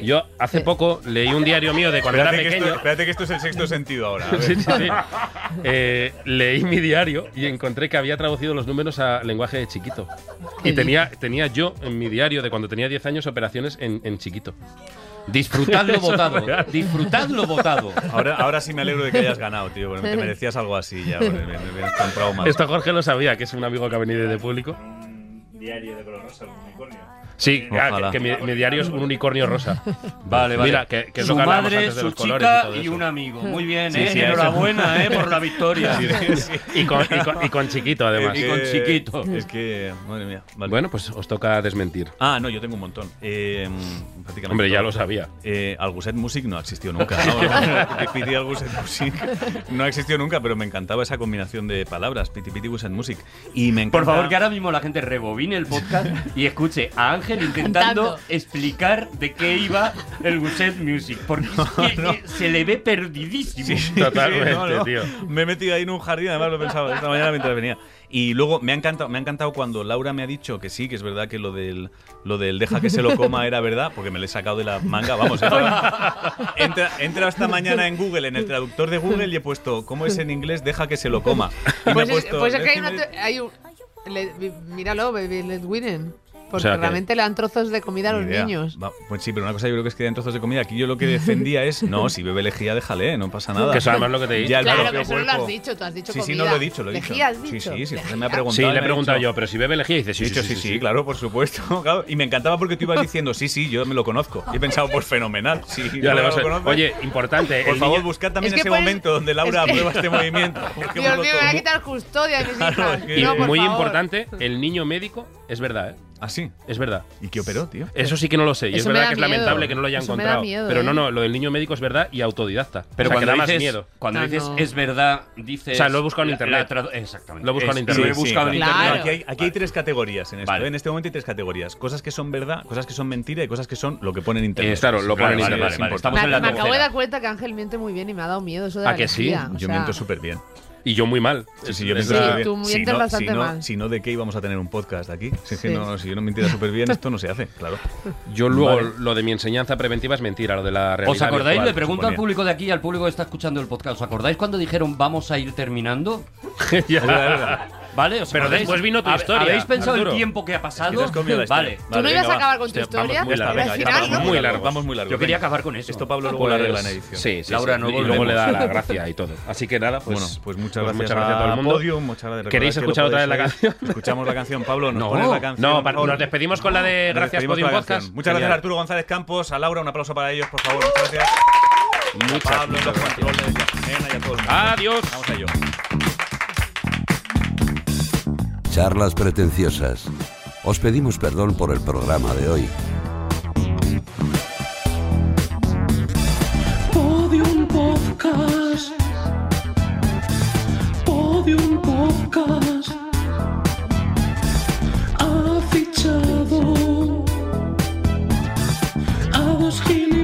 Yo hace poco leí un diario mío de cuando era Espérate que, esto, pequeño. espérate que esto es el sexto sentido ahora. a ver. Sí, sí, sí. Eh, leí mi diario y encontré que había traducido los números a lenguaje de chiquito. ¿Qué Y tenía, tenía yo en mi diario de cuando tenía 10 años operaciones en, en chiquito. Disfrutadlo Eso es votado. real. Disfrutadlo votado. Ahora, ahora sí me alegro de que hayas ganado, tío. porque Te merecías algo así ya. porque Me, me, me has comprado más. Esto Jorge lo sabía, que es un amigo que ha venido de público. Diario de color rosa, un unicornio. Sí, ah, Ojalá. que, que mi, mi diario es un unicornio rosa. Vale, vale. Mira, que, que es su lo que hablábamos madre, antes de su los colores y chica todo y, eso. un amigo. Muy bien, Sí, ¿eh? sí, a eso. Enhorabuena, ¿eh? Por la victoria. Sí, sí. Y, con, y con- y con chiquito, además. Y con chiquito. Es que, madre mía. Vale. Bueno, pues os toca desmentir. Ah, no, yo tengo un montón. Eh, prácticamente Hombre, ya todo. lo sabía. Eh, Alghuset Music no existió nunca. ¿no? Piti Alghuset Music no existió nunca, pero me encantaba esa combinación de palabras. Piti Piti Guset Music. Y me Por encanta- favor, que ahora mismo la gente rebobine el podcast y escuche a Ángel intentando explicar de qué iba el Guset Music. Porque es que, eh, se le ve perdidísimo. Totalmente, tío. Me he metido ahí en un jardín, además lo he pensado esta mañana mientras venía. Y luego me ha encantado, me ha encantado cuando Laura me ha dicho que sí, que es verdad que lo del, lo del deja que se lo coma era verdad, porque me lo he sacado de la manga. Vamos, he entra, he entrado esta mañana en Google, en el traductor de Google, y he puesto, ¿cómo es en inglés? Deja que se lo coma. Y me Pues, ha es, puesto, pues es que hay, "Déjeme- una te- hay un. le- vi- míralo, baby, let winen. Porque sea que- realmente le dan trozos de comida a los Ni idea. niños. Va- pues sí, pero una cosa yo creo que es que den trozos de comida. Aquí yo lo que defendía es, no, si bebe lejía, déjale, ¿eh? no pasa nada. Que eso además lo que te he dicho. Ya el claro, propio pero eso no lo has cuerpo. dicho, tú has dicho Sí, comida. sí, no lo he dicho, lo he dicho. Lejía has Sí, dicho. sí, sí, Lejía. me ha preguntado. Sí, y me le he ha preguntado dicho- yo, pero si bebe lejía, dice sí, He sí, dicho, sí, sí, sí. claro, por supuesto. claro. Y me encantaba porque tú ibas diciendo, sí, sí, yo me lo conozco. Y he pensado, pues fenomenal. Sí, Ya no le lo vas a- conoces. Oye, importante. por el favor, niño- buscad Es también que ese pones- momento donde Laura es que- aprueba este movimiento. porque Dios por mío, lo me van a todo- quitar custodia de mis Claro, hijas. es que- y No, por muy favor. importante, el niño médico es verdad, ¿eh? ¿Ah, sí? Es verdad. ¿Y qué operó, tío? Eso sí que no lo sé. Y es Eso me da verdad que es miedo. lamentable que no lo hayan Eso me da encontrado. miedo, pero no, ¿eh? no, lo del niño médico es verdad y autodidacta. Pero O sea, que cuando da más dices, miedo. cuando Ah, dices no. es verdad, dices. O sea, lo he buscado en la- internet. la trad- exactamente. Lo he buscado en Es- internet. Lo he Sí, buscado en claro. internet. Claro. Aquí, hay, aquí hay tres categorías en esto. Vale. ¿eh? En este momento hay tres categorías. Cosas que son verdad, cosas que son mentira y cosas que son lo que ponen en internet. Eh, claro, lo ponen en vale, internet. vale, Sí, vale. estamos Me, en la me acabo de tercera. dar cuenta que Ángel miente muy bien y me ha dado miedo eso de ¿A la que sí? lejía, Ah, o Yo sea, miento súper bien. Y yo muy mal. Sí, sí, Es- yo es pienso la- que- tú si mientes no, si, bastante no, mal. si no, ¿de qué íbamos a tener un podcast aquí? Si, es que Sí. no, si yo no mintiera súper bien, esto no se hace, claro. Yo luego Vale. lo de mi enseñanza preventiva es mentira, lo de la realidad. ¿Os acordáis? virtual, Le pregunto al suponía. público de aquí y al público que está escuchando el podcast. ¿Os acordáis cuando dijeron vamos a ir terminando? Ya. ¿Vale? ¿Os Pero acordáis? después vino tu ¿Habe- historia, ¿Habéis pensado Arturo? el tiempo que ha Es pasado? que te has comido la historia. vale. ¿Tú no ibas a venga, acabar con tu Hostia, vamos historia? muy Era largo, el ya final, vamos ¿no? muy largo. Vamos muy largos. Yo quería venga. acabar con eso. Esto Pablo luego Pues- lo arregla en edición. Sí, sí, Laura, sí. no y luego le da volvemos. la gracia y todo. Así que nada, pues. bueno, pues muchas pues gracias, a a todo el mundo. Podium, muchas gracias. Recordad ¿Queréis que lo escuchar otra vez podéis la oír. canción? Escuchamos la canción, Pablo. Nos No. pones la canción. No, por pa- favor. nos despedimos con la de Nos Gracias despedimos Podium con la Podcast. canción. Muchas gracias, Genial. Arturo González Campos. A Laura, un aplauso para ellos, por favor. Muchas gracias. Muchas, a Pablo, muchas los gracias. Ah. controles, y a Elena y a todo el mundo. Adiós. Vamos a ello. Charlas pretenciosas. Os pedimos perdón por el programa de hoy. Podium Podcast. Podium Podcast. Ha fichado a dos gilipollas.